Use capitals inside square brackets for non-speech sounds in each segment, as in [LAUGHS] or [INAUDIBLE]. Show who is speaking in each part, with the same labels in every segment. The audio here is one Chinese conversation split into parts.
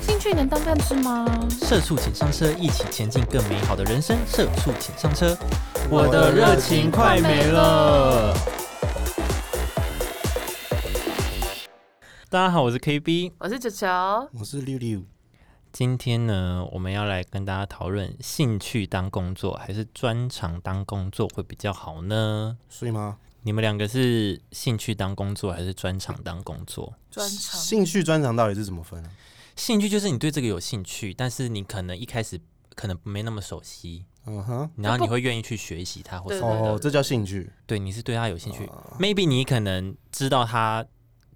Speaker 1: 兴趣能当饭吃吗？
Speaker 2: 社畜请上车，一起前进更美好的人生。社畜请上车，我的热情快没了。大家好，我是 KB。
Speaker 1: 我是球球，
Speaker 3: 我是六六，
Speaker 2: 今天呢，我们要来跟大家讨论兴趣当工作还是专长当工作会比较好呢？
Speaker 3: 所以吗？
Speaker 2: 你们两个是兴趣当工作还是专长当工作？
Speaker 1: 专长
Speaker 3: 兴趣专长到底是怎么分啊？
Speaker 2: 兴趣就是你对这个有兴趣，但是你可能一开始可能没那么熟悉，
Speaker 3: 嗯哼，
Speaker 2: 然后你会愿意去学习它或什么
Speaker 1: 对
Speaker 2: 的
Speaker 3: 哦，。这叫兴趣。
Speaker 2: 对，你是对他有兴趣、
Speaker 3: 啊
Speaker 2: m a y b e 你可能知道他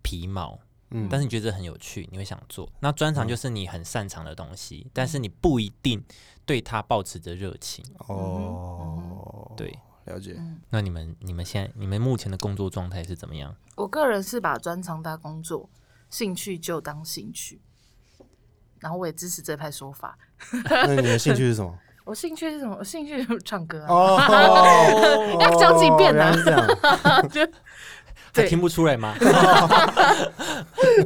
Speaker 2: 皮毛，
Speaker 3: 嗯
Speaker 2: 但是你觉得这很有趣，你会想做。那专长就是你很擅长的东西，但是你不一定对他保持着热情。
Speaker 3: 哦，，
Speaker 2: 嗯对，
Speaker 3: 了解。
Speaker 1: 嗯
Speaker 2: 那你们你们现在你们目前的工作状态是怎么样？
Speaker 1: 我个人是把专长当工作，兴趣就当兴趣。然后我也支持这派说法。
Speaker 3: 那你的兴趣
Speaker 1: [LAUGHS]
Speaker 3: 是什么？
Speaker 1: 我兴趣是什么？我兴趣就是唱歌啊，
Speaker 3: 哦，
Speaker 1: [LAUGHS] 要讲几遍啊呢
Speaker 3: 原来是这样，
Speaker 2: 还
Speaker 1: 对
Speaker 2: 听不出来
Speaker 1: [LAUGHS]
Speaker 2: 吗？ [LAUGHS]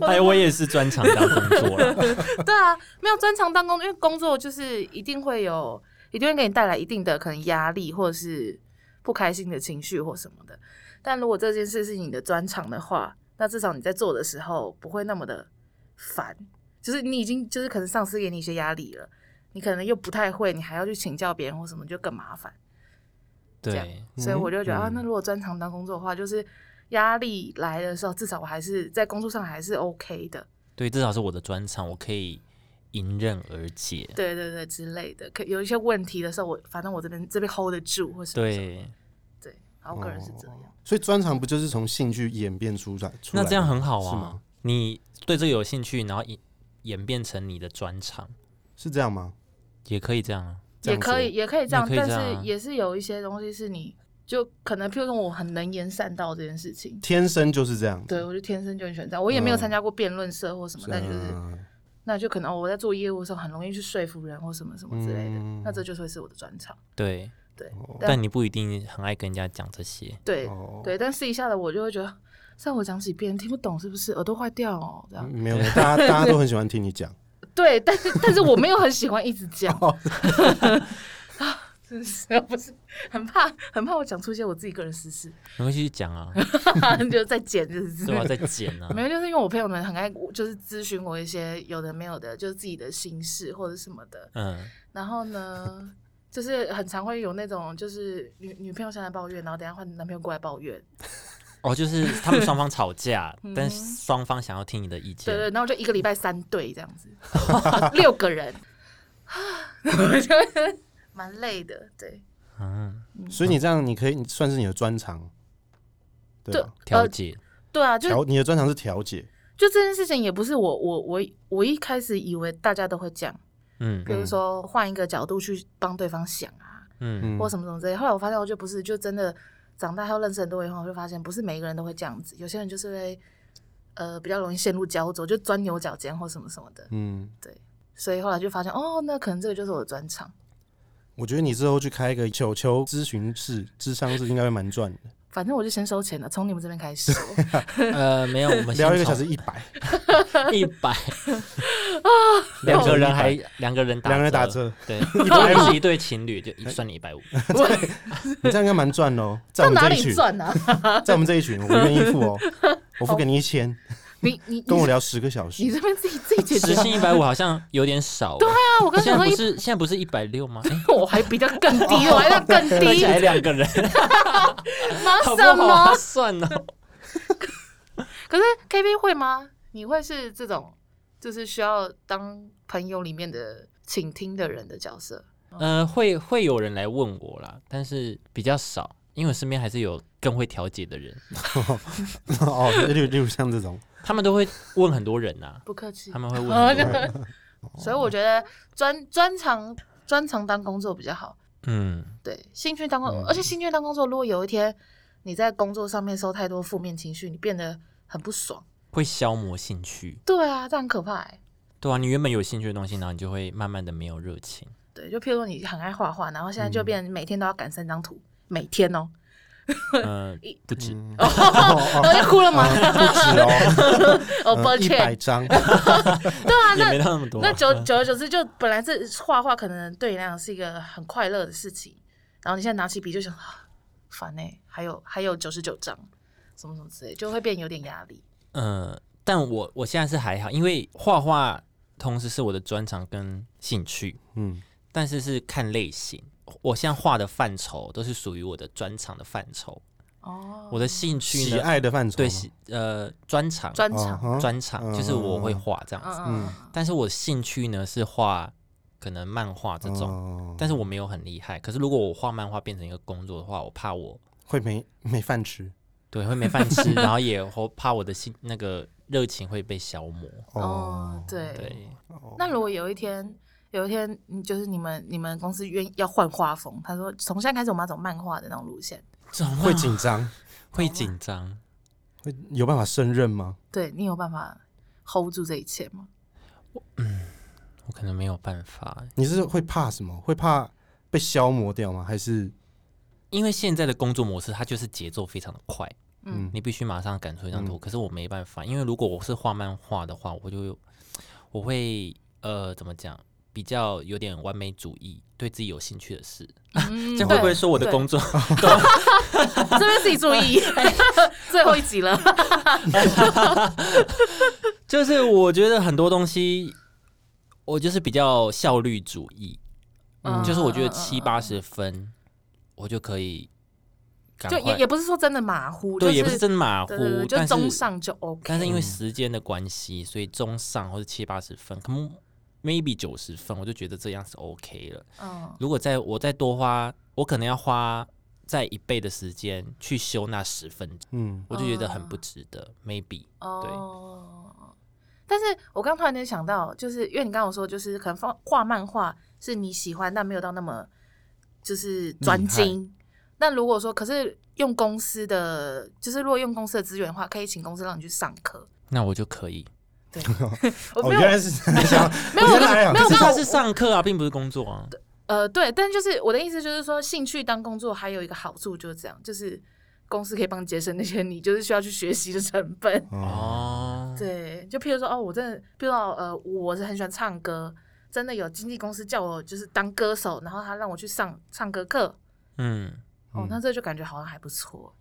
Speaker 2: 哎，我也是专长当工
Speaker 1: [LAUGHS]
Speaker 2: 作了。
Speaker 1: 对啊，没有专长当工作，因为工作就是一定会有，一定会给你带来一定的可能压力或者是不开心的情绪或什么的。但如果这件事是你的专长的话，那至少你在做的时候不会那么的烦，就是你已经就是可能上司给你一些压力了，你可能又不太会，你还要去请教别人或什么，就更麻烦。这样
Speaker 2: 对，
Speaker 1: 所以我就觉得、
Speaker 3: 嗯
Speaker 1: 啊，那如果专长当工作的话，就是压力来的时候，至少我还是在工作上还是 OK 的。
Speaker 2: 对，至少是我的专长，我可以迎刃而解。
Speaker 1: 对对对之类的，可有一些问题的时候，我反正我这边这边 hold 得住，或什么什么
Speaker 2: 对，哦
Speaker 1: 对，然后我个人是这样。
Speaker 3: 所以专长不就是从兴趣演变出来？出
Speaker 2: 那
Speaker 3: 来的
Speaker 2: 这样很好
Speaker 3: 是
Speaker 2: 啊
Speaker 3: 吗？。
Speaker 2: 你对这个有兴趣，然后演演变成你的专长，
Speaker 3: 是这样吗？
Speaker 2: 也可以这样啊。
Speaker 3: 这
Speaker 1: 也
Speaker 3: 样
Speaker 1: 可以，也可以这样，
Speaker 2: 也可以这样啊
Speaker 1: 但是也是有一些东西是你就可能，譬如说我很能言善道这件事
Speaker 2: 嗯
Speaker 1: 情，
Speaker 3: 天生就是这样。
Speaker 1: 对我就天生就很喜欢这样。我也没有参加过辩论社或什么，
Speaker 3: 是啊，
Speaker 1: 但
Speaker 2: 嗯
Speaker 1: 就是那就可能、哦我在做业务的时候很容易去说服人或什么什么之类的，
Speaker 3: 嗯
Speaker 1: 那这就会是我的专长。
Speaker 2: 对，
Speaker 3: 哦
Speaker 1: 对
Speaker 2: 但你不一定很爱跟人家讲这些。
Speaker 1: 对、
Speaker 3: 哦
Speaker 1: 对，但私底下的我就会觉得，像我讲几遍听不懂是不是？耳朵坏掉哦，这样。
Speaker 3: 没有，没有大家
Speaker 1: [LAUGHS]
Speaker 3: 大家都很喜欢听你讲。
Speaker 1: 对，但是但是我没有很喜欢一直讲。
Speaker 3: 哦
Speaker 1: [LAUGHS] 真是，我不是很怕，很怕我讲出一些我自己个人私事， [LAUGHS]
Speaker 2: 没关系，去讲 [LAUGHS] 啊，
Speaker 1: 就在剪，就是
Speaker 2: 对吧？再剪 [LAUGHS] 啊，
Speaker 1: [LAUGHS] 没有，就是因为我朋友们很爱，就是咨询我一些有的没有的，就是自己的心事或者什么的。
Speaker 2: 嗯，
Speaker 1: 然后呢，就是很常会有那种，就是女女朋友想来抱怨，然后等一下换男朋友过来抱怨，
Speaker 2: 哦，就是他们双方吵
Speaker 1: [LAUGHS]
Speaker 2: 架，但双方想要听你的意见
Speaker 1: 嗯对，对，然后就一个礼拜三对这样子，六个人， [LAUGHS] 我觉得 [LAUGHS] 蛮累的，对
Speaker 2: 嗯，
Speaker 3: 所以你这样，你可以算是你的专长，对吧？
Speaker 2: 调解，
Speaker 1: 对啊，就是
Speaker 3: 调你的专长是调解，
Speaker 1: 就这件事情也不是我我我我一开始以为大家都会讲。
Speaker 2: 嗯
Speaker 1: 比如说换一个角度去帮对方想啊，
Speaker 2: 嗯，
Speaker 3: 嗯
Speaker 1: 或什么什么之类。后来我发现，我就不是，就真的长大后认识很多以后，我就发现不是每一个人都会这样子，有些人就是会呃比较容易陷入焦灼，就钻牛角尖或什么什么的。
Speaker 3: 嗯，
Speaker 1: 所以后来就发现，哦，那可能这个就是我的专长。
Speaker 3: 我觉得你之后去开一个球球咨询室、智商室，应该会蛮赚的。
Speaker 1: 反正我就先收钱了，从你们这边开始。
Speaker 2: 呃，没有，我们
Speaker 3: 聊一个小时一百，
Speaker 2: 一
Speaker 1: [LAUGHS]
Speaker 2: 百
Speaker 1: 啊
Speaker 2: 两个人还两个人打
Speaker 3: 两个人打，折，
Speaker 2: 对，如果是 [LAUGHS] 一对情侣就一算你一百五，
Speaker 3: 你这样应该蛮赚的哦。 [LAUGHS]
Speaker 1: [LAUGHS]
Speaker 3: 在
Speaker 1: 到
Speaker 3: 我们
Speaker 1: 哪
Speaker 3: 这一
Speaker 1: 里
Speaker 3: 群，
Speaker 1: 赚啊？ [LAUGHS]
Speaker 3: 在我们这一群，我愿意付哦，我付给你一千，
Speaker 1: 你你
Speaker 3: 跟我
Speaker 1: 你
Speaker 3: 聊十个小
Speaker 1: 你
Speaker 3: 时。
Speaker 1: 这边自己自己解
Speaker 2: 时
Speaker 1: 决。对
Speaker 2: 薪一百五好像有点少，对
Speaker 1: 啊，我刚
Speaker 2: 现
Speaker 1: 想
Speaker 2: 在
Speaker 1: 说
Speaker 2: 不
Speaker 1: 一，
Speaker 2: 是现在不是一百六吗？哎
Speaker 1: 我还比较更低，我还要
Speaker 3: [LAUGHS]
Speaker 1: 更
Speaker 2: 合起
Speaker 1: 低，
Speaker 2: 来两个人，
Speaker 1: 妈
Speaker 2: 好不
Speaker 1: 什
Speaker 2: 好
Speaker 1: 么
Speaker 2: 划？算哦？
Speaker 1: 可是 K B 会吗？你会是这种，就是需要当朋友里面的倾听的人的角色？
Speaker 2: 呃，会会有人来问我啦，但是比较少，因为我身边还是有更会调解的人，
Speaker 3: [LAUGHS] 哦，例如例如像这
Speaker 1: [LAUGHS]
Speaker 3: 种，
Speaker 2: 他们都会问很多人呐、
Speaker 1: 不客 [LAUGHS] 气
Speaker 2: 他。们会问
Speaker 1: 呃
Speaker 2: 很多人，
Speaker 1: 所以我觉得专专长专长当工作比较好，
Speaker 2: 嗯，
Speaker 1: 对，兴趣当工，而且兴趣当工作，如果有一天你在工作上面受太多负面情绪，你变得很不爽，
Speaker 2: 会消磨兴趣，
Speaker 1: 对啊，这很可怕、欸。
Speaker 2: 对啊，你原本有兴趣的东西，然后你就会慢慢的没有热
Speaker 1: [LAUGHS]
Speaker 2: 情，
Speaker 1: 嗯对，就譬如说你很爱画画，然后现在就变成每天都要赶三张图，每天哦，
Speaker 2: 呃，不止，
Speaker 1: 哦
Speaker 3: 嗯，
Speaker 1: 我要哭了吗？
Speaker 3: 是哦，
Speaker 1: [LAUGHS] 哦，抱
Speaker 3: 一百
Speaker 1: 歉。 [LAUGHS]
Speaker 3: 张，
Speaker 2: 也没到那么多啊。
Speaker 1: 那久久而久之，就本来这画画可能对你来讲是一个很快乐的事情，然后你现在拿起笔就想，啊烦哎、还有还有九十九张，什么什么之类，就会变有点压力。
Speaker 2: 呃，但我我现在是还好，因为画画同时是我的专长跟兴趣，
Speaker 3: 嗯，
Speaker 2: 但是是看类型。我现在画的范畴都是属于我的专长的范畴，
Speaker 1: 哦，
Speaker 2: 我的兴趣
Speaker 3: 喜
Speaker 2: 呢，
Speaker 3: 爱的范畴
Speaker 2: 对
Speaker 3: 吗，
Speaker 2: 喜呃专长
Speaker 1: 专
Speaker 3: 哦
Speaker 1: 场，
Speaker 3: 哈
Speaker 2: 专长就是我会画这样
Speaker 1: 嗯
Speaker 2: 子，
Speaker 1: 嗯
Speaker 2: 但是我兴趣呢是画可能漫画这种，
Speaker 3: 哦
Speaker 2: 但是我没有很厉害。可是如果我画漫画变成一个工作的话，我怕我
Speaker 3: 会没没饭吃
Speaker 2: 对会没饭
Speaker 3: [LAUGHS]
Speaker 2: 吃，然后也会怕我的心那个热情会被消磨。
Speaker 1: 嗯，哦，对。
Speaker 2: 对，
Speaker 1: 那如果有一天，有一天，嗯就是你们你们公司愿要换画风，他说从现在开始我们要走漫画的那种路线，
Speaker 2: 怎么
Speaker 3: 会紧张，
Speaker 2: 会紧张？
Speaker 3: 会有办法胜任吗？
Speaker 1: 对你有办法 hold 住这一切吗？
Speaker 2: 我可能没有办法，
Speaker 3: 你是会怕什么？会怕被消磨掉吗？还是
Speaker 2: 因为现在的工作模式它就是节奏非常的快，
Speaker 1: 嗯
Speaker 3: 嗯
Speaker 2: 你必须马上赶出一张图。可是我没办法，因为如果我是画漫画的话，我就我会呃怎么讲，比较有点完美主义，对自己有兴趣的事。
Speaker 1: [LAUGHS] 嗯
Speaker 2: 这样会不会
Speaker 1: 对
Speaker 2: 说我的
Speaker 1: [LAUGHS]
Speaker 2: 工作？
Speaker 1: 这边自己注 [LAUGHS] 意，最后一集了。
Speaker 2: 就是我觉得很多东西，我就是比较效率主义，
Speaker 1: 嗯
Speaker 2: 就是我觉得
Speaker 1: 嗯嗯
Speaker 2: 七
Speaker 1: 嗯
Speaker 2: 八十分，我就可以赶
Speaker 1: 就
Speaker 2: 快
Speaker 1: 也也不是说真的马虎，
Speaker 2: 对，
Speaker 1: 就
Speaker 2: 也不是真马虎
Speaker 1: 对对对，，就
Speaker 2: 但
Speaker 1: 中
Speaker 2: 是
Speaker 1: 上就 OK。
Speaker 2: 但是因为时间的关系，所以中上或者七八十分，可能 maybe 九十分，我就觉得这样是 OK 了。
Speaker 1: 嗯
Speaker 2: 如果再我再多花，我可能要花再一倍的时间去修那十分钟，
Speaker 3: 嗯
Speaker 2: 我就觉得很不值得。maybe
Speaker 1: 啊哦，但是我刚突然间想到，就是因为你刚刚有说，就是可能画画漫画是你喜欢，但没有到那么就是专精。那如果说，可是用公司的，就是如果用公司的资源的话，可以请公司让你去上课。
Speaker 2: 那我就可以。
Speaker 1: 我
Speaker 3: 哦，
Speaker 1: 没有
Speaker 3: 原来是这样，
Speaker 1: [LAUGHS] 没有
Speaker 3: 原来啊
Speaker 1: 没有
Speaker 2: 可是
Speaker 1: 那
Speaker 2: 他
Speaker 1: 我
Speaker 2: 是上课啊，并不是工作啊。
Speaker 1: 呃，对，但就是我的意思就是说，兴趣当工作还有一个好处就是这样，就是公司可以帮你节省那些你就是需要去学习的成本。
Speaker 3: 哦，
Speaker 2: 哦，
Speaker 1: 对，就譬如说哦，我真的，譬如说呃，我是很喜欢唱歌，真的有经纪公司叫我就是当歌手，然后他让我去上唱歌课，
Speaker 2: 嗯，
Speaker 1: 哦，
Speaker 3: 嗯
Speaker 1: 那这就感觉好像还不错。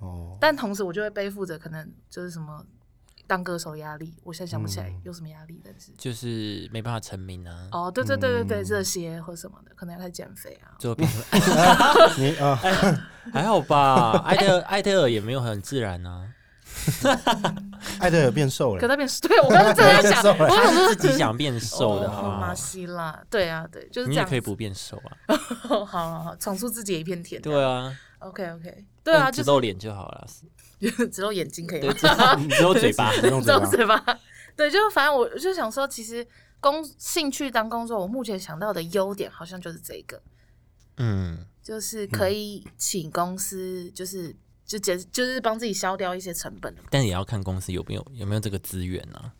Speaker 3: 哦，
Speaker 1: 但同时我就会背负着可能就是什么当歌手压力，我现在想不起来
Speaker 3: 嗯
Speaker 1: 有什么压力，但是
Speaker 2: 就是没办法成名啊，
Speaker 1: 哦，对对对对对，
Speaker 3: 嗯
Speaker 1: 这些或什么的，可能要开始减肥啊。
Speaker 2: 最后变成
Speaker 3: 你啊，
Speaker 1: 哎
Speaker 2: 还
Speaker 1: [LAUGHS]
Speaker 2: 好吧。艾特艾特尔也没有很自然啊，
Speaker 3: 艾德尔变瘦
Speaker 1: 可
Speaker 3: 了，
Speaker 1: 那边是对我刚刚正在想，
Speaker 3: 瘦了
Speaker 1: 我想说
Speaker 2: 自己想变 [LAUGHS] 瘦的
Speaker 1: 哦
Speaker 2: 好不
Speaker 1: 马
Speaker 2: 好？
Speaker 1: 西啦，对啊，对，就是这
Speaker 2: 你也
Speaker 1: 样子。
Speaker 2: 可以不变瘦啊。
Speaker 1: 好好好，闯出自己的一片天。
Speaker 2: 对啊，
Speaker 1: ，OK OK，对啊，
Speaker 2: 用
Speaker 1: 就
Speaker 2: 只
Speaker 1: 是啊
Speaker 2: 露脸就好
Speaker 1: [LAUGHS]
Speaker 2: 了，
Speaker 1: 只露眼睛可以
Speaker 2: 对，
Speaker 1: 吗？
Speaker 2: 只有 [LAUGHS] 只有嘴巴。
Speaker 3: 不用啊
Speaker 1: 只
Speaker 3: 嘴
Speaker 1: 露
Speaker 3: 巴，
Speaker 1: 嘴巴。 [LAUGHS] 对，就反正我就想说，其实工兴趣当工作，我目前想到的优点好像就是这个，
Speaker 2: 嗯，
Speaker 1: 就是可以请公司，就是就解，就是帮自己消掉一些成本的。
Speaker 2: 但也要看公司有没有有没有这个资源啊，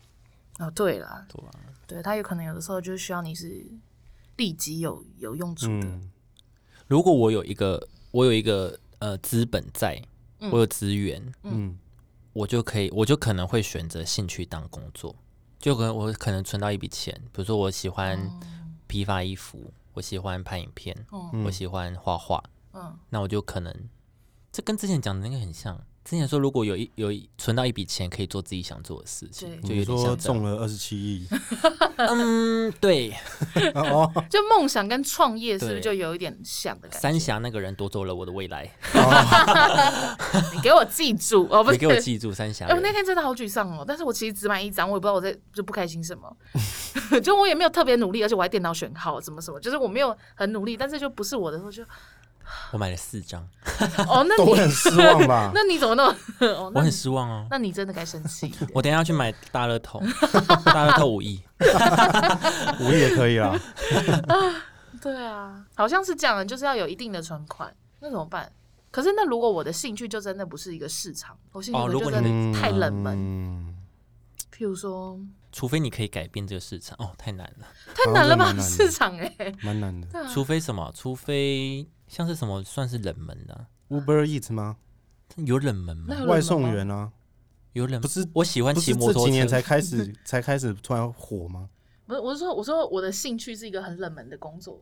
Speaker 1: 哦，对啦，
Speaker 2: 对啊吧？
Speaker 1: 对他有可能有的时候就是需要你是立即有有用处的。
Speaker 3: 嗯，
Speaker 2: 如果我有一个我有一个呃资本在，
Speaker 1: 嗯
Speaker 2: 我有资源，
Speaker 3: 嗯
Speaker 2: 我就可以，我就可能会选择兴趣当工作，就可能我可能存到一笔钱，比如说我喜欢
Speaker 1: 哦
Speaker 2: 批发衣服，我喜欢拍影片，
Speaker 1: 嗯
Speaker 2: 我喜欢画画，
Speaker 1: 嗯
Speaker 2: 那我就可能这跟之前讲的那个很像。之前说如果有一有一存到一笔钱，可以做自己想做的事
Speaker 1: 对
Speaker 2: 情，就有点
Speaker 3: 你说
Speaker 2: 像这
Speaker 1: [LAUGHS]
Speaker 2: 样
Speaker 3: 中了二十七亿，
Speaker 2: 嗯，对，
Speaker 3: 哦，
Speaker 1: 嗯就梦想跟创业是不是
Speaker 2: 对
Speaker 1: 就有一点像的感觉？
Speaker 2: 三峡那个人夺走了我的未来，
Speaker 1: 你给我记住
Speaker 2: [LAUGHS]
Speaker 1: 哦，不
Speaker 2: 你
Speaker 1: 是
Speaker 2: 给我记住三峡
Speaker 1: 哎、我那
Speaker 2: 人。
Speaker 1: 天真的好沮丧哦，但是我其实只买一张，我也不知道我在就不开心什么， [LAUGHS] 就我也没有特别努力，而且我还电脑选号，什么什么，就是我没有很努力，但是就不是我的时候就，
Speaker 2: 我买了四张，
Speaker 1: 哦，那
Speaker 3: 都会
Speaker 1: 你
Speaker 3: 很失望吧？
Speaker 1: 那你怎么那么， [LAUGHS] 哦，
Speaker 2: 我
Speaker 1: 那
Speaker 2: 很
Speaker 1: 你
Speaker 2: 失望哦。
Speaker 1: 那你真的该生气一点，
Speaker 2: 我等一下要去买大乐
Speaker 1: [LAUGHS]
Speaker 2: 透，大乐透五亿。
Speaker 3: 五亿也可以啦，
Speaker 1: 对啊，好像是这样的，就是要有一定的存款，那怎么办？可是那如果我的兴趣就真的不是一个市场，我兴趣
Speaker 2: 哦
Speaker 1: 可能
Speaker 2: 如
Speaker 1: 就
Speaker 2: 果
Speaker 1: 真
Speaker 2: 你
Speaker 3: 嗯
Speaker 1: 的太冷门，
Speaker 3: 门，
Speaker 1: 譬如说
Speaker 2: 除非你可以改变这个市场哦，太难了。
Speaker 1: 太难了吧
Speaker 3: 好像蛮难的
Speaker 1: 市场哎、
Speaker 3: 蛮难的，
Speaker 2: 除非什么？除非像是什么算是冷门的啊、
Speaker 3: Uber Eat 吗？
Speaker 2: 有冷门
Speaker 1: [LAUGHS] 那
Speaker 2: 吗？
Speaker 1: 有冷门吗
Speaker 3: 外送员啊，
Speaker 2: 有冷门
Speaker 3: 不是
Speaker 2: 我喜欢
Speaker 3: 不
Speaker 2: 骑
Speaker 3: 是
Speaker 2: 摩
Speaker 3: 这
Speaker 2: 托
Speaker 3: 几年
Speaker 2: 车
Speaker 3: 才，
Speaker 1: [LAUGHS]
Speaker 3: 开始才开始突然火吗？
Speaker 1: 不是，我是说，我说我的兴趣是一个很冷门的工作。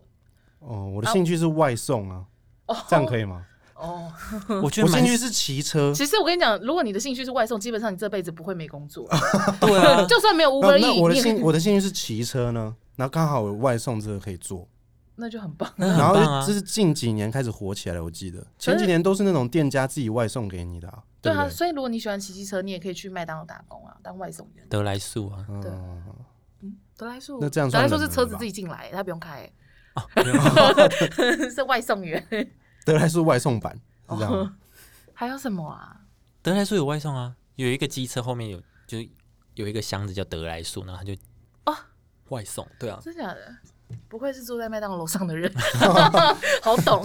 Speaker 3: 哦，我的兴趣是外送啊，
Speaker 1: 啊哦，
Speaker 3: 这样可以吗？哦
Speaker 1: 哦。
Speaker 2: 我觉
Speaker 3: 我
Speaker 2: 得
Speaker 3: 兴
Speaker 2: 蛮
Speaker 3: 趣是骑车，
Speaker 1: 其实我跟你讲，如果你的兴趣是外送，基本上你这辈子不会没工
Speaker 3: [LAUGHS]
Speaker 1: 作。 [LAUGHS]
Speaker 2: 对啊，
Speaker 1: 就算没有
Speaker 3: 那
Speaker 1: Uber
Speaker 3: 那
Speaker 1: E，
Speaker 3: 我的
Speaker 1: 你也
Speaker 3: 兴我的兴趣是骑车呢，然后刚好有外送这个可以做，
Speaker 1: 那就很棒。
Speaker 2: [LAUGHS] 那很
Speaker 3: 然后
Speaker 2: 棒啊
Speaker 3: 这。是近几年开始火起来的，我记得
Speaker 1: 是
Speaker 3: 前几年都是那种店家自己外送给你的、啊，
Speaker 1: 对
Speaker 3: 不
Speaker 1: 啊，
Speaker 3: 对？
Speaker 1: 所以如果你喜欢骑机车，你也可以去麦当劳打工啊，当外送员。
Speaker 2: 得来速啊，
Speaker 1: 对
Speaker 3: 嗯，
Speaker 1: 德莱树，
Speaker 3: 那这样
Speaker 1: 德
Speaker 3: 算
Speaker 1: 莱树
Speaker 3: 冷
Speaker 1: 是
Speaker 3: 门
Speaker 1: 车
Speaker 3: 了
Speaker 1: 子
Speaker 3: 吧
Speaker 1: 自己进来，他不用开、
Speaker 3: 哦
Speaker 2: 啊没有
Speaker 1: [LAUGHS] 是外送员。
Speaker 3: 得来是外送版，是这样
Speaker 1: 哦
Speaker 3: 吗。
Speaker 1: 还有什么啊？
Speaker 2: 得来速有外送啊，有一个机车后面有就有一个箱子叫得来速，然后他就
Speaker 1: 哦
Speaker 2: 外送，对啊，
Speaker 1: 真假的？不愧是住在麦当劳楼上的
Speaker 3: [LAUGHS]
Speaker 1: 人，好懂。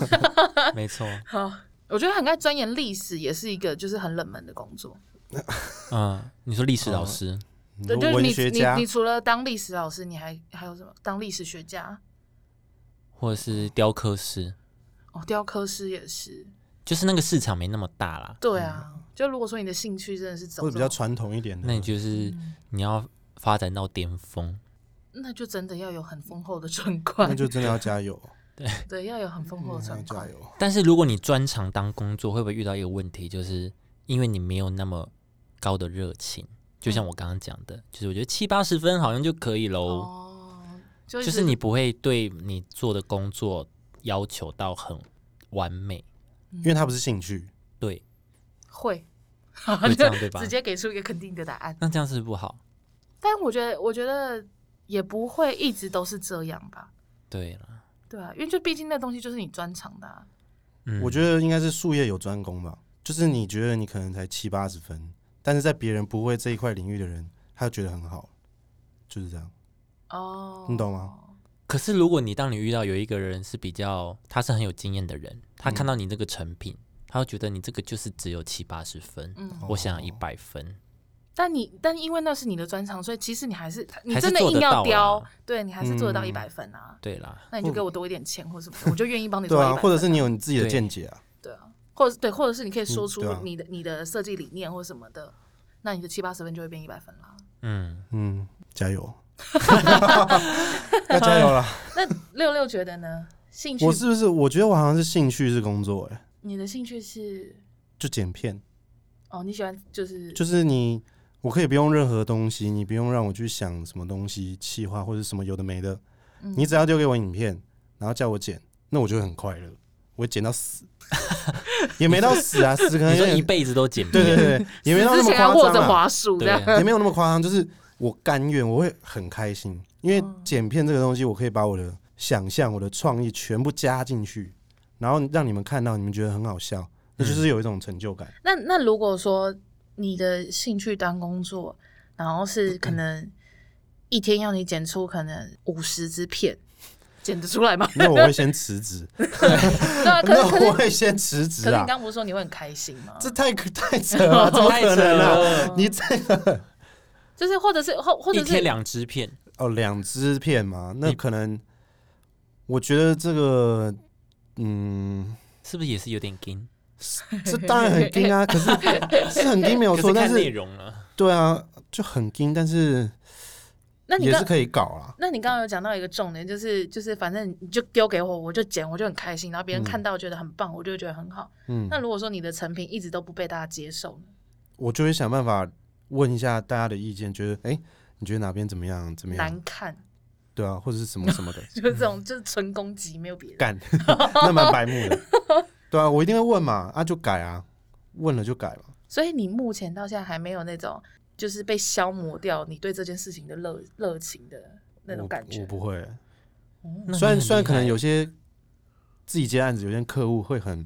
Speaker 2: 没错，
Speaker 1: 好，我觉得很爱钻研历史，也是一个就是很冷门的工作。
Speaker 2: 嗯，你说历史
Speaker 3: 哦
Speaker 2: 老师，
Speaker 3: 你
Speaker 1: 对，
Speaker 3: 说
Speaker 1: 就是
Speaker 3: 嗯文
Speaker 1: 你
Speaker 3: 学
Speaker 1: 你
Speaker 3: 家
Speaker 1: 你除了当历史老师，你还还有什么？当历史学家
Speaker 2: 或者是雕刻师，
Speaker 1: 哦，雕刻师也是。
Speaker 2: 就是那个市场没那么大啦，
Speaker 1: 对啊，就如果说你的兴趣真的是走
Speaker 3: 或者
Speaker 1: 这
Speaker 3: 比较
Speaker 1: 种
Speaker 3: 传统一点的，
Speaker 2: 那你就是
Speaker 1: 嗯
Speaker 2: 你要发展到巅峰，
Speaker 1: 那就真的要有很丰厚的存
Speaker 3: 那
Speaker 1: 款，
Speaker 3: 就真的要
Speaker 1: [LAUGHS]
Speaker 3: 加油，
Speaker 1: 对，要有很丰厚的
Speaker 3: 嗯要
Speaker 1: 存
Speaker 3: 加
Speaker 1: 款。
Speaker 3: 油。
Speaker 2: 但是如果你专长当工作，会不会遇到一个问题，就是因为你没有那么高的热情？就
Speaker 1: 嗯
Speaker 2: 像我刚刚讲的，就是我觉得七八十分好像就可以喽，
Speaker 1: 哦，就
Speaker 2: 就是你不会对你做的工作要求到很完美，
Speaker 1: 嗯
Speaker 3: 因为它不是兴趣，
Speaker 2: 对，
Speaker 1: 会，
Speaker 2: 会这样
Speaker 1: [LAUGHS]
Speaker 2: 对吧
Speaker 1: 直？接给出一个肯定的答案。
Speaker 2: 那这样是不是不好，
Speaker 1: 但我觉得，我觉得也不会一直都是这样吧。
Speaker 2: 对了，
Speaker 1: 对啊，因为就毕竟那东西就是你专长的、啊，
Speaker 2: 嗯，
Speaker 3: 我觉得应该是术业有专攻吧。就是你觉得你可能才七八十分，但是在别人不会这一块领域的人，他觉得很好，就是这样。
Speaker 1: 哦，
Speaker 3: 你懂吗？
Speaker 2: 可是，如果你当你遇到有一个人是比较他是很有经验的人，他看到你这个成品，他会觉得你这个就是只有七八十分，
Speaker 1: 嗯
Speaker 2: 我想要一
Speaker 3: 哦
Speaker 2: 百分，
Speaker 1: 但你但因为那是你的专长，所以其实你还是你
Speaker 2: 还是
Speaker 1: 真的
Speaker 2: 做得
Speaker 1: 硬要
Speaker 2: 到
Speaker 1: 雕，
Speaker 2: 啦
Speaker 1: 对你还是做得到
Speaker 3: 嗯
Speaker 1: 一百分啊。
Speaker 2: 对啦，
Speaker 1: 那你就给我多一点钱或什么的，我就愿意帮你做
Speaker 3: 对
Speaker 1: 100分、
Speaker 3: 啊，或者是你有你自己的
Speaker 2: 对
Speaker 3: 见解啊，
Speaker 1: 对啊，或者是对，或者是你可以说出
Speaker 3: 嗯对啊
Speaker 1: 你的、你的设计理念或什么的，那你的七八十分就会变一百分啦。
Speaker 2: 嗯，
Speaker 3: 嗯，加
Speaker 2: [LAUGHS]
Speaker 3: 油，要加油了。
Speaker 1: 那六六觉得呢？兴趣
Speaker 3: [LAUGHS] 我，是不是？我觉得我好像是兴趣是工作、欸，哎，
Speaker 1: 你的兴趣是
Speaker 3: 就剪片，
Speaker 1: 哦，你喜欢就是
Speaker 3: 就是你，我可以不用任何东西，你不用让我去想什么东西、气化或者什么有的没的，
Speaker 1: 嗯
Speaker 3: 你只要丢给我影片，然后叫我剪，那我就会很快乐，我会剪到死， [LAUGHS] 也没到死啊，死可能
Speaker 2: 你说
Speaker 3: 有点
Speaker 2: 一辈子都剪
Speaker 3: 对对
Speaker 2: 片，
Speaker 3: 对，对也没到那
Speaker 1: 之
Speaker 3: 么
Speaker 1: 前还握
Speaker 3: 夸
Speaker 1: 着
Speaker 3: 张、啊，
Speaker 1: 滑鼠这
Speaker 2: 对
Speaker 1: 样。 [LAUGHS]
Speaker 2: 啊，
Speaker 3: 也没有那么夸张，就是我甘愿，我会很开心，因为
Speaker 1: 嗯
Speaker 3: 剪片这个东西，我可以把我的想象、我的创意全部加进去，然后让你们看到，你们觉得很好笑，那就是有一种成就
Speaker 1: [LAUGHS]
Speaker 3: 感。
Speaker 1: 那那如果说你的兴趣当工作，然后是可能一天要你剪出可能五十支片，剪得出来吗？ [LAUGHS]
Speaker 3: 那我会先辞职，
Speaker 1: 对啊，可是
Speaker 3: 那
Speaker 1: 可
Speaker 3: 我
Speaker 1: 是
Speaker 3: 会先辞职
Speaker 1: 可是
Speaker 3: 啊
Speaker 1: 你！刚不哦是说你会很开心吗？
Speaker 3: 这太可太扯了，怎么可能啊？
Speaker 2: 了，
Speaker 3: 你这个
Speaker 1: 就是或者是或或
Speaker 2: 一
Speaker 1: 者
Speaker 2: 天
Speaker 1: 是
Speaker 2: 两支片，
Speaker 3: 哦，两支片嘛，
Speaker 1: 嗯
Speaker 3: 那可能我觉得这个
Speaker 1: [LAUGHS]
Speaker 3: 嗯，
Speaker 2: 是不是也是有点紧？
Speaker 3: 这当然很硬啊，可是是很硬没有
Speaker 2: 可
Speaker 3: 错，
Speaker 2: 是
Speaker 3: 但
Speaker 2: 看内
Speaker 3: 是
Speaker 2: 容了，
Speaker 3: 对啊，就很硬，但是
Speaker 1: 那你
Speaker 3: 也
Speaker 1: 刚
Speaker 3: 是可以搞啦。
Speaker 1: 那你刚刚有讲到一个重点，就是就是反正你就丢给我，我就剪，我就很开心，然后别人
Speaker 3: 嗯
Speaker 1: 看到觉得很棒，我就会觉得很好。
Speaker 3: 嗯，
Speaker 1: 那如果说你的成品一直都不被大家接受呢，
Speaker 3: 我就会想办法问一下大家的意见，觉得哎、诶你觉得哪边怎么样？怎么样？
Speaker 1: 难看，，
Speaker 3: 对啊，或者是什么什么的
Speaker 1: [LAUGHS] 就是这种就是纯攻击，没有别的。
Speaker 3: 干， [LAUGHS] 那蛮白目的。对啊，我一定会问嘛，啊就改啊，问了就改嘛。
Speaker 1: 所以你目前到现在还没有那种就是被消磨掉你对这件事情的热热情的那种
Speaker 3: 我
Speaker 1: 感觉嗯
Speaker 3: 我。不会。
Speaker 2: 那
Speaker 3: 虽
Speaker 2: 你
Speaker 3: 然
Speaker 2: 很
Speaker 3: 虽然
Speaker 2: 厉
Speaker 3: 可能
Speaker 2: 害
Speaker 3: 有些自己接案子，有些客户会很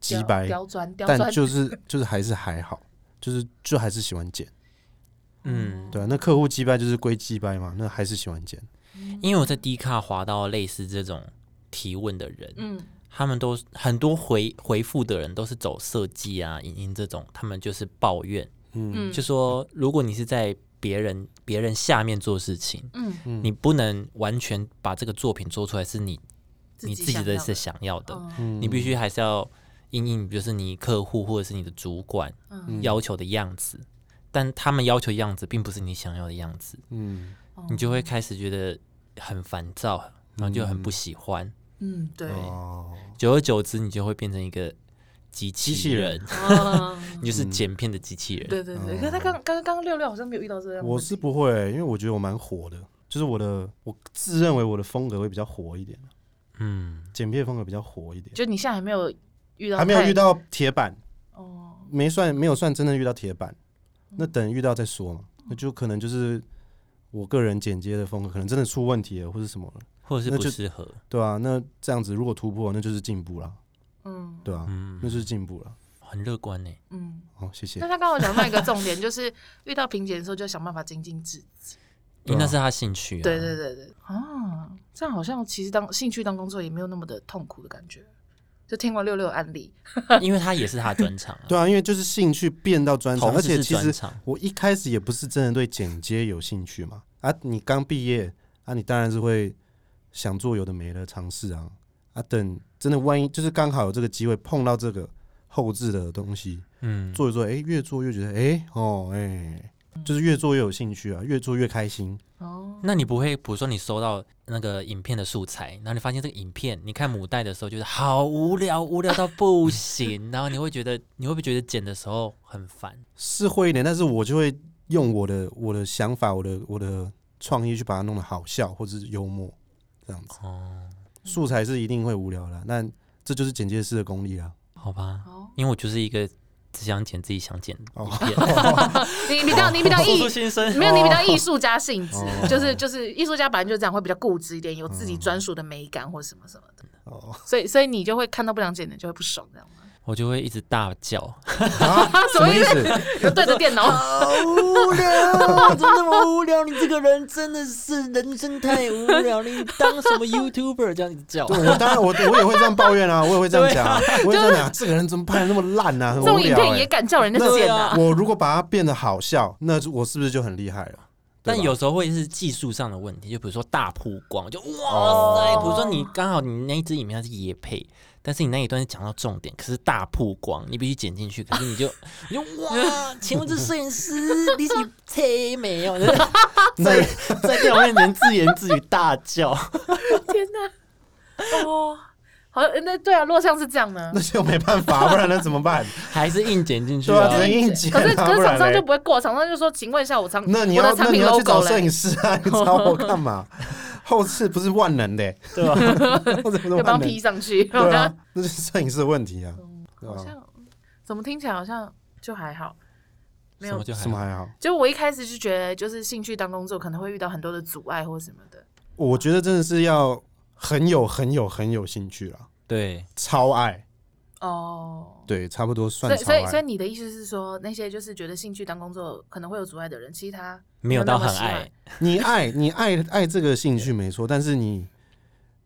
Speaker 1: 刁
Speaker 3: 急白，
Speaker 1: 刁钻刁
Speaker 3: 但
Speaker 1: 钻，
Speaker 3: 就是就是还是还好，就是就还是喜欢剪。
Speaker 2: 嗯，
Speaker 3: 对啊，那客户击败就是归击败嘛，那还是喜欢剪。
Speaker 2: 因为我在 D 卡滑到类似这种提问的人，
Speaker 1: 嗯，
Speaker 2: 他们都很多回回复的人都是走设计啊、影音这种，他们就是抱怨，
Speaker 1: 嗯
Speaker 2: 就说如果你是在别人别人下面做事情，
Speaker 1: 嗯
Speaker 3: 嗯
Speaker 2: 你不能完全把这个作品做出来是你你自己
Speaker 1: 想
Speaker 2: 的
Speaker 1: 要
Speaker 2: 是想要的，
Speaker 1: 嗯
Speaker 3: 嗯
Speaker 2: 你必须还是要因应就是你客户或者是你的主管
Speaker 1: 嗯
Speaker 2: 要求的样子，但他们要求样子并不是你想要的样子，
Speaker 3: 嗯，
Speaker 2: 你就会开始觉得很烦躁，然后就很不
Speaker 3: 嗯
Speaker 2: 喜欢。
Speaker 1: 嗯，对，
Speaker 3: 哦，
Speaker 2: 久而久之，你就会变成一个机器
Speaker 3: 器人
Speaker 1: 哦
Speaker 2: 你就是
Speaker 3: 嗯
Speaker 2: 剪片的机器人。
Speaker 1: 对对对。
Speaker 3: 哦
Speaker 1: 可是他刚刚刚六六好像没有遇到这样，
Speaker 3: 我是不会、因为我觉得我蛮火的，就是我的我自认为我的风格会比较火一点，
Speaker 2: 嗯，
Speaker 3: 剪片风格比较火一点，
Speaker 1: 就你现在还没有遇到，
Speaker 3: 还没有遇到铁板，
Speaker 1: 哦，
Speaker 3: 没算没有算真的遇到铁板，那等遇到再说嘛，那就可能就是我个人剪接的风格可能真的出问题了或是什么了，
Speaker 2: 或者是
Speaker 3: 那
Speaker 2: 不
Speaker 3: 就
Speaker 2: 适合。
Speaker 3: 对啊，那这样子如果突破，那就是进步了，
Speaker 1: 嗯
Speaker 3: 对啊，
Speaker 2: 嗯
Speaker 3: 那，就是进步了。
Speaker 2: 很乐观呢。
Speaker 1: 嗯。
Speaker 3: 好、谢谢
Speaker 1: 那。他刚刚有讲到一个重点，就是遇到瓶颈的时候就想办法精进自己。
Speaker 2: 因为那是他兴趣、啊。
Speaker 1: 对对对对，啊，这样好像其实当兴趣当工作也没有那么的痛苦的感觉。就听完六六的案例，
Speaker 2: 对，因为他也是他的专场、 [LAUGHS] 啊。
Speaker 3: 对啊，因为就是兴趣变到专长，
Speaker 2: 同
Speaker 3: 而
Speaker 2: 时
Speaker 3: 且
Speaker 2: 是
Speaker 3: 其
Speaker 2: 专
Speaker 3: 实
Speaker 2: 场，
Speaker 3: 我一开始也不是真的对剪接有兴趣嘛。啊，你刚毕业啊，你当然是会想做有的没的尝试啊。啊，等真的万一就是刚好有这个机会碰到这个后置的东西，
Speaker 2: 嗯，
Speaker 3: 做一做，哎、越做越觉得，哎、哦，哎、就是越做越有兴趣啊，越做越开心。
Speaker 1: 哦，
Speaker 2: 那你不会，比如说你收到那个影片的素材，然后你发现这个影片，你看母带的时候，就是好无聊，无聊到不 [LAUGHS] 行，然后你会觉得，你会不会觉得剪的时候很烦？
Speaker 3: 是会一点，但是我就会用我的我的想法、我的我的创意去把它弄得好笑或者是幽默这样子。
Speaker 2: 哦，
Speaker 3: 素材是一定会无聊的啊，那这就是剪接师的功力啊。
Speaker 2: 好吧，
Speaker 1: 好，
Speaker 2: 因为我就是一个只想剪自己想剪的
Speaker 3: 哦
Speaker 2: 影片，
Speaker 1: 你比较你
Speaker 2: [LAUGHS]
Speaker 1: 比较
Speaker 2: 说
Speaker 1: 艺 [LAUGHS]
Speaker 2: 出心声。
Speaker 1: 没有，你比较艺术家性质，
Speaker 3: 哦嗯
Speaker 1: 就是就是艺术家本来就这样，会比较固执一点，有自己专属的美感或什么什么的，
Speaker 3: 哦，
Speaker 1: 所以所以你就会看到不良剪的就会不爽，这样吗？
Speaker 3: [LAUGHS]
Speaker 2: 我就会一直大叫，
Speaker 1: [LAUGHS]
Speaker 3: 啊什么意思？
Speaker 1: 就对着电脑，
Speaker 2: 好无聊， [LAUGHS] 真的无聊！你这个人真的是人生太无聊，你当什么 YouTuber 这样子叫？
Speaker 3: 对，我当然我我也会这样
Speaker 1: [LAUGHS]
Speaker 3: 抱怨啊，我也会这样讲啊，我也这样讲啊，这个人怎么拍的那么烂啊，很
Speaker 1: 这
Speaker 3: 无
Speaker 1: 种影
Speaker 3: 聊
Speaker 1: 片
Speaker 3: 欸、
Speaker 1: 也敢叫人家
Speaker 3: 那
Speaker 1: 剪啊？
Speaker 3: 我如果把它变得好笑，那我是不是就很厉害了？ [LAUGHS] 对
Speaker 2: 但
Speaker 3: 吧
Speaker 2: 有时候会是技术上的问题，就比如说大曝光，就哇
Speaker 3: 哦
Speaker 2: 塞！比如说你刚好你那一支影片它是野配，但是你那一段是讲到重点，可是大曝光，你必须剪进去，可是你 [LAUGHS] 就你就哇！请问这摄影师你是吹没 [LAUGHS] 有？就是
Speaker 3: 那
Speaker 2: 在电脑面前自言自语大叫，
Speaker 1: 天哪！哦，好，那对啊，如果像是这样呢
Speaker 3: 那？就没办法，不然能怎么办？
Speaker 2: [LAUGHS] 还是硬剪进去
Speaker 3: 对啊，只
Speaker 2: 啊？
Speaker 3: 能硬剪
Speaker 1: 可是
Speaker 3: 啊，
Speaker 1: 可
Speaker 3: 不
Speaker 1: 是厂
Speaker 3: 然
Speaker 1: 商就
Speaker 3: 嘞。
Speaker 1: 不会过，厂商就说：“请问一 [LAUGHS] 下，我产
Speaker 3: 那你
Speaker 1: 我
Speaker 3: 要
Speaker 1: 的
Speaker 3: 那
Speaker 1: 产
Speaker 3: 你
Speaker 1: 品
Speaker 3: 要
Speaker 1: logo
Speaker 3: 去找摄影
Speaker 1: 嘞，
Speaker 3: 师啊，你找我
Speaker 1: [LAUGHS]
Speaker 3: 干嘛？后置不是万能的、欸
Speaker 2: 对啊吧？ [LAUGHS]
Speaker 3: 后置不是
Speaker 1: 要不要
Speaker 3: 万
Speaker 1: 披
Speaker 3: 能，
Speaker 1: 上去？”
Speaker 3: 对啊，那就是摄影师的问题啊，对
Speaker 1: 哦好
Speaker 3: 吧？
Speaker 1: 像怎么听起来好像就还好，没
Speaker 2: 什
Speaker 1: 有
Speaker 2: 么就还
Speaker 3: 什么还好？
Speaker 1: 就我一开始就觉得，就是兴趣当工作可能会遇到很多的阻碍或什么的。
Speaker 3: 我觉得真的是要很有很有很有兴趣了，
Speaker 2: 对，
Speaker 3: 超爱，
Speaker 1: 哦，
Speaker 3: 对，差不多
Speaker 1: 所
Speaker 3: 算啊
Speaker 1: 以
Speaker 3: 超
Speaker 1: 所以所以
Speaker 3: 爱。
Speaker 1: 你的意思是说，那些就是觉得兴趣当工作可能会有阻碍的人，其实他
Speaker 2: 没有到
Speaker 1: 那么
Speaker 2: 很
Speaker 1: 喜欢
Speaker 2: 爱，
Speaker 3: 你爱你爱爱这个兴趣没错，但是你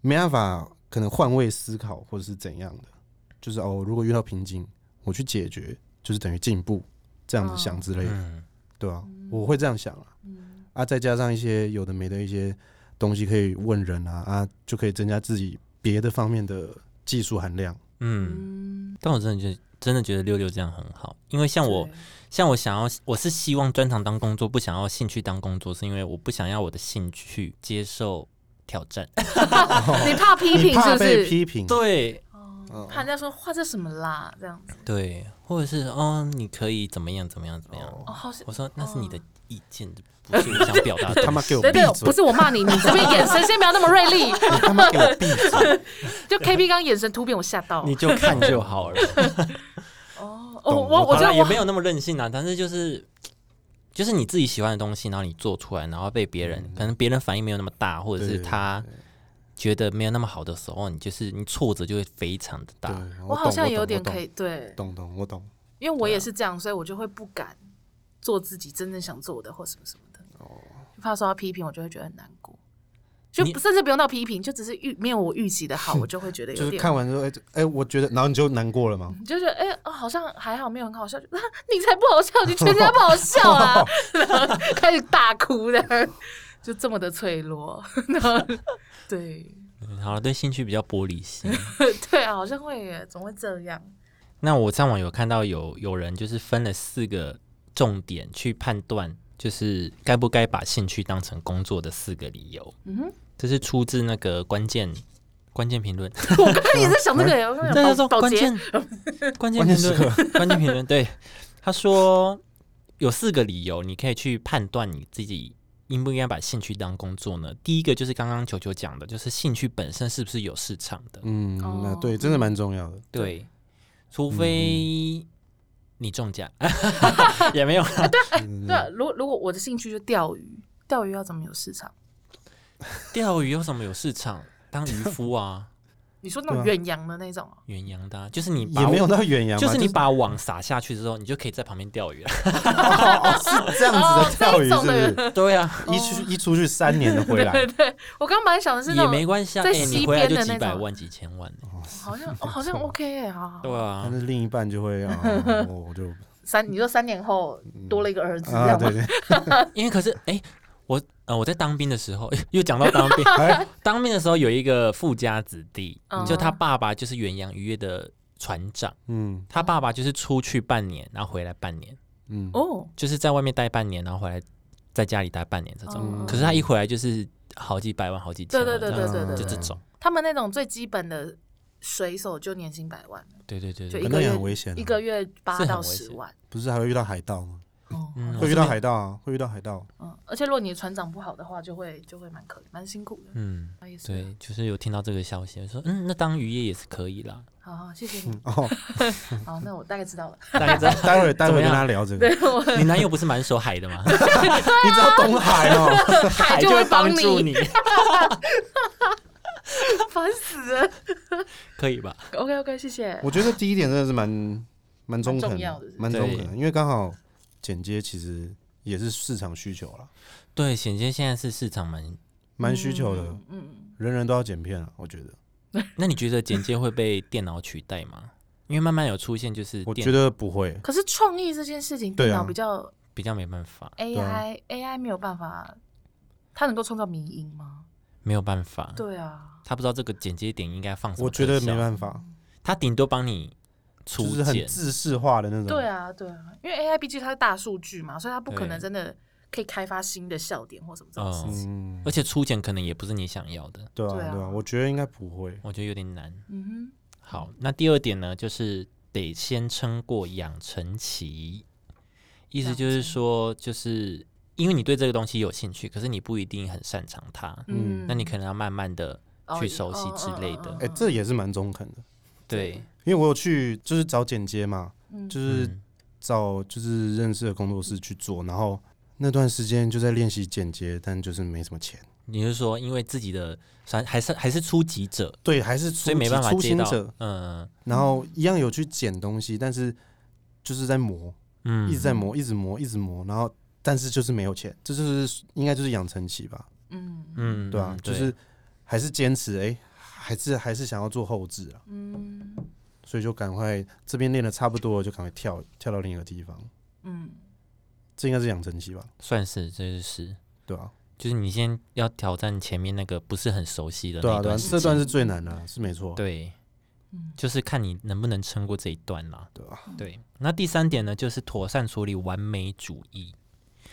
Speaker 3: 没办法可能换位思考或者是怎样的，就是哦，如果遇到瓶颈，我去解决，就是等于进步这样子想之类的，
Speaker 2: 嗯，
Speaker 3: 对吧、我会这样想啊，
Speaker 1: 嗯
Speaker 3: 啊，再加上一些有的没的一些东西可以问人啊啊，就可以增加自己别的方面的技术含量。
Speaker 2: 嗯，
Speaker 1: 嗯，
Speaker 2: 但我真的觉得真的觉得六六这样很好，因为像我
Speaker 1: 对
Speaker 2: 像我想要我是希望专长当工作，不想要兴趣当工作，是因为我不想要我的兴趣接受挑战。
Speaker 3: [LAUGHS]
Speaker 2: 嗯
Speaker 1: 你怕批
Speaker 3: 你
Speaker 1: 评是
Speaker 3: 怕
Speaker 1: 不
Speaker 3: 被
Speaker 1: 是？
Speaker 3: 批评，啊
Speaker 2: 对
Speaker 1: 哦怕人家说画这什么啦这样子。
Speaker 2: 对，或者是哦，你可以怎么样怎么样怎么样？
Speaker 1: 哦，好是
Speaker 2: 我。说那是你的意见，不是我想表达的。
Speaker 3: 啊 [LAUGHS] 他妈给我闭
Speaker 1: 对对，不
Speaker 3: 嘴！
Speaker 1: 是我骂你，你这边眼神先不要那么锐利。
Speaker 3: 你他妈给我闭嘴！
Speaker 1: 就 K B 刚眼神突变，我吓到。
Speaker 2: 你就看就好了。
Speaker 1: 哦，
Speaker 3: 懂
Speaker 1: 我我
Speaker 2: 好
Speaker 1: 觉得
Speaker 2: 啦也
Speaker 1: 我
Speaker 2: 没有那么任性啊，但是就是就是你自己喜欢的东西，然后你做出来，然后被别人、可能别人反应没有那么大，或者是
Speaker 3: 对
Speaker 2: 他觉得没有那么好的时候，你就是你挫折就会非常的
Speaker 3: 对
Speaker 2: 大。，
Speaker 1: 我好像有点可
Speaker 3: 以
Speaker 1: 以对，
Speaker 3: 懂啊懂，我懂。
Speaker 1: 因为我也是这样，所以我就会不敢做自己真正想做的或什么什么的。
Speaker 3: 哦
Speaker 1: 就怕受到批评，我就会觉得很难过。就
Speaker 2: 你
Speaker 1: 甚至不用到批评，就只是预没有我预期的好，我就会觉得
Speaker 3: 就
Speaker 1: 有
Speaker 3: 是
Speaker 1: 点，
Speaker 3: 看完之后，哎这哎，我觉得，然后你就难过了吗？
Speaker 1: 你就觉得哎、哦，好像还好，没有很好笑。就啊你才不好笑，你全家不好笑
Speaker 2: [LAUGHS]
Speaker 1: 啊！然后开始大哭的，就这么的脆弱。然后对
Speaker 2: 嗯好了，对兴趣比较玻璃心。
Speaker 1: 对啊，好像会耶，总会这样。
Speaker 2: 那我上网有看到有有人就是分了四个重点去判断，就是该不该把兴趣当成工作的四个理由。
Speaker 1: 嗯哼，
Speaker 2: 这是出自那个关键关键评论，
Speaker 1: 我刚刚也在想这个耶，我刚
Speaker 2: [LAUGHS] 对，
Speaker 1: 刚
Speaker 2: 叫
Speaker 1: 想
Speaker 2: 做
Speaker 1: 嗯保保
Speaker 2: 关
Speaker 1: 洁
Speaker 2: 键
Speaker 1: [LAUGHS]
Speaker 2: 关键
Speaker 3: 关键
Speaker 2: 评
Speaker 3: 时
Speaker 2: 论，
Speaker 3: 刻，
Speaker 2: [LAUGHS] 关键评论。对，他说有四个理由，你可以去判断你自己应不应该把兴趣当工作呢？第一个就是刚刚球球讲的，就是兴趣本身是不是有市场的？
Speaker 3: 嗯，那
Speaker 1: 哦
Speaker 3: 对，真的蛮重要的。
Speaker 2: 对，除非你中奖， [LAUGHS] 也没有啦。
Speaker 3: 嗯
Speaker 1: 对啊，如果如果我的兴趣就钓鱼，钓鱼要怎么有市场？
Speaker 2: 钓鱼有什么有市场？当渔夫 [LAUGHS] 啊，
Speaker 1: 你说那种
Speaker 3: 对
Speaker 1: 远洋的那种哦，
Speaker 2: 远洋的啊、就是
Speaker 1: 嗯
Speaker 2: 你把
Speaker 3: 也没有
Speaker 2: 网
Speaker 3: 到远洋嘛，
Speaker 2: 就是你把网撒下去之后，你就可以在旁边钓鱼了。
Speaker 3: 哦是这样子的钓鱼，
Speaker 1: 哦这一
Speaker 3: 是
Speaker 1: 种
Speaker 3: 不是？
Speaker 2: [LAUGHS] 对啊，
Speaker 3: 一出一出去三年的回来
Speaker 1: 哦对，对，我刚刚本来想的是那
Speaker 2: 也
Speaker 1: 种
Speaker 2: 没关系啊。
Speaker 1: 在
Speaker 2: 哎、
Speaker 1: 西
Speaker 2: 你回来就
Speaker 1: 边的
Speaker 2: 几
Speaker 1: 那
Speaker 2: 百
Speaker 1: 种
Speaker 2: 万、几千万、欸，
Speaker 1: 好像
Speaker 2: [LAUGHS]
Speaker 1: 哦，好像 OK 耶，好好
Speaker 2: 对啊
Speaker 3: 但，是另一半就会啊，
Speaker 1: [LAUGHS]
Speaker 3: 我我就
Speaker 1: 三，你说三年后多了一个儿子，这
Speaker 3: 啊，
Speaker 1: 样
Speaker 3: 对
Speaker 1: 吗？
Speaker 3: 对，
Speaker 2: 因为可是哎、我呃我在当兵的时候，又讲到当 [LAUGHS] 兵，
Speaker 1: [LAUGHS]
Speaker 3: 哎，
Speaker 2: 当兵的时候有一个富家子弟，
Speaker 1: 嗯
Speaker 2: 就他爸爸就是远洋渔业的船长，
Speaker 3: 嗯
Speaker 2: 他爸爸就是出去半年，然后回来半年，
Speaker 3: 嗯，
Speaker 1: 哦，
Speaker 2: 就是在外面待半年，然后回来在家里待半年这
Speaker 3: 哦
Speaker 2: 种。
Speaker 1: 嗯
Speaker 2: 可是他一回来就是好几百万、好几千
Speaker 1: 对
Speaker 2: 万，
Speaker 1: 对对对
Speaker 3: 这
Speaker 1: 对
Speaker 3: 样
Speaker 1: 对，
Speaker 2: 就
Speaker 1: 对
Speaker 2: 这种。
Speaker 1: 他们那种最基本的水手就年薪百万，
Speaker 2: 对对对
Speaker 1: 就
Speaker 2: 对
Speaker 1: 一
Speaker 3: 可
Speaker 1: 个，
Speaker 3: 能也
Speaker 1: 月
Speaker 3: 很危险啊，
Speaker 1: 一个月八
Speaker 2: 是很
Speaker 1: 到
Speaker 2: 危险
Speaker 1: 十万。
Speaker 3: 不是还会遇到海盗吗？
Speaker 1: 哦，
Speaker 2: 嗯
Speaker 1: 好
Speaker 3: 会
Speaker 1: 像
Speaker 3: 遇到海盗啊，会遇到海盗，
Speaker 1: 嗯，而且如果你的船长不好的话，就会就会蛮可怜，蛮辛苦的。
Speaker 2: 嗯，
Speaker 1: 不好意思，
Speaker 2: 对，就是有听到这个消息，说嗯，那当渔业也是可以啦。
Speaker 1: 好好谢谢
Speaker 3: [LAUGHS]
Speaker 1: 你。
Speaker 3: 哦，
Speaker 1: 好，那我大概知道了。
Speaker 3: [LAUGHS]
Speaker 2: 大概知道，
Speaker 3: 待会
Speaker 1: [LAUGHS]
Speaker 3: 儿待
Speaker 2: [LAUGHS] 怎么
Speaker 3: 会儿跟
Speaker 2: 样
Speaker 3: 他聊这个，
Speaker 1: 对我
Speaker 2: [LAUGHS] 你男友不是蛮熟海的吗？
Speaker 3: 你只要懂海
Speaker 1: [LAUGHS]
Speaker 3: 哦，
Speaker 1: 海
Speaker 2: 会
Speaker 1: 会帮
Speaker 2: 帮助，你，
Speaker 1: 烦死了。
Speaker 2: 可以吧？
Speaker 1: OK OK，谢谢。
Speaker 3: 我觉得第一点真的是蛮蛮中肯
Speaker 1: 蛮重要的是不，是
Speaker 3: 蛮中肯的，
Speaker 2: 对
Speaker 3: 因为刚好剪接其实也是市场需求啦，
Speaker 2: 对，显见现在是市场蛮……
Speaker 3: 蛮需求的，
Speaker 1: 嗯嗯，
Speaker 3: 人人都要剪片啊，我觉得，
Speaker 2: 那你觉得剪接会被电脑取代吗？因为慢慢有出现，就是
Speaker 3: 我
Speaker 2: 电
Speaker 3: 觉得不会，
Speaker 1: 可是创意这件事情，
Speaker 3: 对啊
Speaker 1: 电脑比较
Speaker 2: 比较没办法，
Speaker 3: 啊
Speaker 1: AI AI 没有办法，它能够创造迷因吗？
Speaker 2: 没有办
Speaker 3: 嗯
Speaker 2: 法。
Speaker 1: 对啊，
Speaker 2: 他不知道这个剪接点应该放什么
Speaker 3: 我
Speaker 2: 特效，
Speaker 3: 觉得没办法，
Speaker 2: 他顶多帮你
Speaker 3: 就
Speaker 2: 出
Speaker 3: 是很
Speaker 2: 剪，
Speaker 3: 制式化的那种，
Speaker 1: 对啊，对啊，因为 AI 毕竟它是大数据嘛，所以它不可能
Speaker 2: 对
Speaker 1: 真的可以开发新的笑点或什么这种事情。
Speaker 3: 嗯
Speaker 2: 而，且出剪可能也不是你想要的，
Speaker 3: 对啊
Speaker 1: 对啊
Speaker 3: 对啊，我觉得应该不会，
Speaker 2: 我觉得有点难。
Speaker 1: 嗯
Speaker 2: 好，那第二点呢，就是得先撑过养成期，意思就是说，就是因为你对这个东西有兴趣，可是你不一定很擅长它，
Speaker 1: 哼，嗯，
Speaker 2: 那你可能要慢慢的
Speaker 1: 哦
Speaker 2: 去熟悉之类
Speaker 1: 嗯嗯
Speaker 2: 的
Speaker 1: 嗯
Speaker 3: 哎，
Speaker 1: 嗯
Speaker 3: 这也是蛮中肯的，
Speaker 2: 对，
Speaker 3: 因为我有去就是找剪接嘛，
Speaker 1: 嗯
Speaker 3: 就是
Speaker 2: 嗯
Speaker 3: 找就是认识的工作室去做，然后那段时间就在练习剪接，但就是没什么钱。
Speaker 2: 你是说因为自己的还还是还是初级者，
Speaker 3: 对，还是初
Speaker 2: 所以没办法
Speaker 3: 初
Speaker 2: 接
Speaker 3: 心
Speaker 2: 到
Speaker 3: 者，，
Speaker 2: 嗯
Speaker 3: 然后一样有去剪东西，但是就是在磨，
Speaker 2: 嗯
Speaker 3: 一直在磨，一直磨，一直磨，然后但是就是没有钱，这就是应该就是养成期吧，
Speaker 1: 嗯嗯
Speaker 2: 嗯，
Speaker 3: 对啊，
Speaker 2: 嗯
Speaker 3: 就是还是坚持，哎、还是还是想要做后置啊，
Speaker 1: 嗯
Speaker 3: 所以就赶快这边练的差不多了，就赶快跳跳到另一个地方，
Speaker 1: 嗯，
Speaker 3: 这应该是养成期吧，
Speaker 2: 算是这就是。
Speaker 3: 对啊，
Speaker 2: 就是你先要挑战前面那个不是很熟悉的
Speaker 3: 对
Speaker 2: 那
Speaker 3: 啊，对啊，
Speaker 2: 段时间，
Speaker 3: 这段是最难的啊、是没错，
Speaker 2: 对
Speaker 1: 嗯
Speaker 2: 就是看你能不能撑过这一段啦。
Speaker 3: 对啊，
Speaker 2: 对，那第三点呢，就是妥善处理完美主义，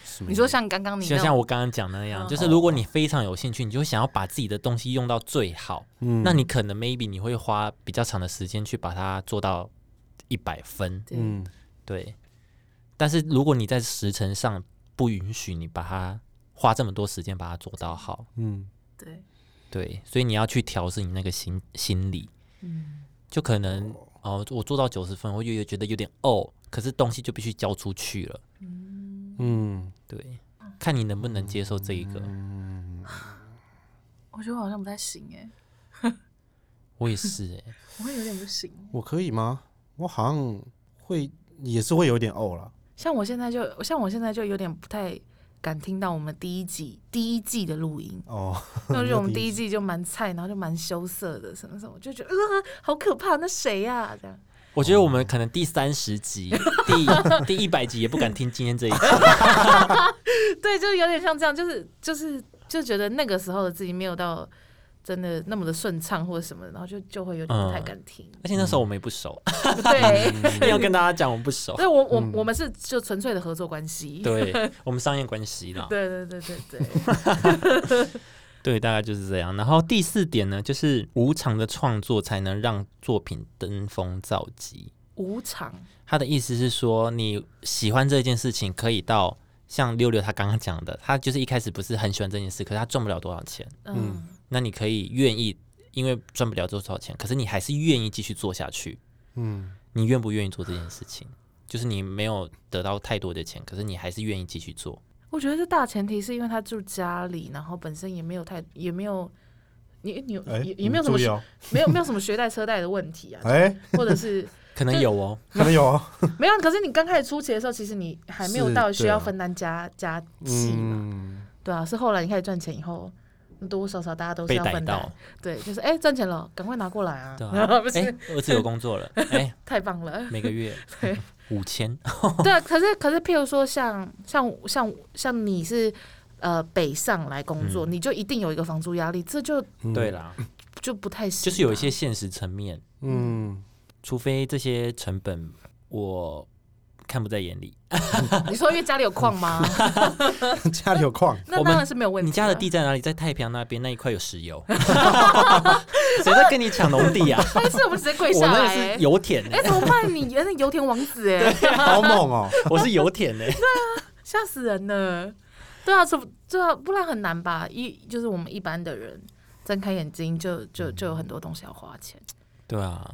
Speaker 3: 是没
Speaker 1: 你说
Speaker 3: 错
Speaker 1: 像刚刚你
Speaker 2: 就
Speaker 1: 那
Speaker 2: 像
Speaker 1: 种
Speaker 2: 我刚刚讲的那
Speaker 1: 嗯
Speaker 2: 样，就是如果你非常有兴趣，你就会想要把自己的东西用到最好，
Speaker 3: 嗯
Speaker 2: 那你可能 maybe 你会花比较长的时间去把它做到一百分，
Speaker 1: 对
Speaker 3: 嗯，
Speaker 2: 对。但是如果你在时程上不允许你把它花这么多时间把它做到好，
Speaker 3: 嗯，
Speaker 1: 对，
Speaker 2: 对，所以你要去调试你那个心心理，
Speaker 1: 嗯
Speaker 2: 就可能哦，我做到九十分，我就觉得有点哦，可是东西就必须交出去了。
Speaker 1: 嗯，
Speaker 3: 嗯，
Speaker 2: 对，看你能不能接受这一个。
Speaker 3: 嗯
Speaker 1: 我觉得我好像不太行哎，
Speaker 2: 我也是哎、
Speaker 1: 我会有点不行。
Speaker 3: 我可以吗？我好像会也是会有点呕了。
Speaker 1: 像我现在就像我现在就有点不太敢听到我们第一季第一季的录
Speaker 2: [LAUGHS]
Speaker 1: 音，
Speaker 3: 哦，
Speaker 1: 因为我觉得我们第一
Speaker 3: 集
Speaker 1: 季就蛮菜，然后就蛮羞涩的，什么什么，就觉得呃好可怕，那谁呀、这样。
Speaker 2: 我觉得我们可能第三十集、第第一百集也不敢听今天这一集。
Speaker 1: 对，就是有点像这样，就是就是就觉得那个时候的自己没有到真的那么的顺畅或者什么的，然后就就会有点
Speaker 3: 嗯
Speaker 1: 不太敢
Speaker 3: [LAUGHS]
Speaker 1: 听。
Speaker 2: 而且那时候我们也不熟，
Speaker 1: 对，
Speaker 2: 要跟大家讲我们不熟
Speaker 1: 所，以我我、
Speaker 3: 哎嗯
Speaker 1: 我们是就纯粹的合作关系。
Speaker 2: 对我们商业关系啦，
Speaker 1: [LAUGHS] 对对对对
Speaker 3: [LAUGHS]
Speaker 1: 对，
Speaker 2: 对，大概就是这样。然后第四点呢，就是无偿的创作才能让作品登峰造极。
Speaker 1: 无偿
Speaker 2: 他的意思是说，你喜欢这件事情，可以到像六六他刚刚讲的，他就是一开始不是很喜欢这件事，可是他赚不了多少钱，
Speaker 1: 嗯
Speaker 2: 那你可以愿意，因为赚不了多少钱，可是你还是愿意继续做下去。
Speaker 3: 嗯，
Speaker 2: 你愿不愿意做这件事情？就是你没有得到太多的钱，可是你还是愿意继续做。
Speaker 1: 我觉得这大前提是因为他住家里，然后本身也没有太也没有。你你
Speaker 3: 哎，
Speaker 1: 也也没有什
Speaker 3: 注
Speaker 1: 么
Speaker 3: 意
Speaker 1: 学、
Speaker 3: 哦，
Speaker 1: 没有没有什么学贷车贷的问题啊，
Speaker 3: 哎，
Speaker 1: 或者是 [LAUGHS]
Speaker 2: 可能
Speaker 1: 就
Speaker 2: 有哦，
Speaker 3: 可能有哦，
Speaker 1: 没有。可是你刚开始初期的时候，其实你还没有
Speaker 3: 是
Speaker 1: 到
Speaker 3: 对
Speaker 1: 需要
Speaker 3: 啊
Speaker 1: 分担家家计嘛，
Speaker 3: 嗯，
Speaker 1: 对啊，是后来你开始赚钱以后，多多少少大家都是
Speaker 2: 被
Speaker 1: 要
Speaker 2: 逮
Speaker 1: 分
Speaker 2: 到
Speaker 1: 担。，对，就是哎赚、钱了，赶快拿过来啊！
Speaker 2: 对啊
Speaker 1: [LAUGHS] 不，是、
Speaker 2: 哎，儿子有工作了，哎，
Speaker 1: 太棒
Speaker 2: [LAUGHS]
Speaker 1: 了。
Speaker 2: 每个月
Speaker 1: [LAUGHS] 对
Speaker 2: 五千，
Speaker 1: 对啊，可是可是，譬如说像像像像你是呃北上来工
Speaker 2: 嗯
Speaker 1: 作，你就一定有一个房租压力，这就
Speaker 3: 嗯
Speaker 2: 对，啦，
Speaker 1: 就不太行啊、
Speaker 2: 就是有一些现实层面，
Speaker 3: 嗯， [LAUGHS]
Speaker 2: 除非这些成本我看不在眼里。
Speaker 1: [LAUGHS] 你说因为家里有矿
Speaker 2: [LAUGHS]
Speaker 1: 吗？
Speaker 3: 家里有矿，
Speaker 1: 那
Speaker 2: 我
Speaker 1: 当
Speaker 2: 们
Speaker 1: 然是没有问题。啊
Speaker 2: 你家的，地在哪里？在太平洋那边那一块有石
Speaker 1: [LAUGHS]
Speaker 2: 油， [LAUGHS] 谁在跟你抢农地啊？
Speaker 1: 但是我们直接跪
Speaker 2: 我
Speaker 1: 下
Speaker 2: 那
Speaker 1: 来、
Speaker 2: 个是
Speaker 1: 哎
Speaker 2: 油田
Speaker 1: [LAUGHS]
Speaker 2: 欸、
Speaker 1: 哎、怎么办？你原来油田王子
Speaker 2: [LAUGHS]
Speaker 1: 哎、
Speaker 3: 好猛哦，
Speaker 2: 我是油田呢、欸
Speaker 1: 吓死人了！对啊，这这啊不然很难吧？一就是我们一般的人睁开眼睛就就就有很多东西要花钱。
Speaker 2: 对啊，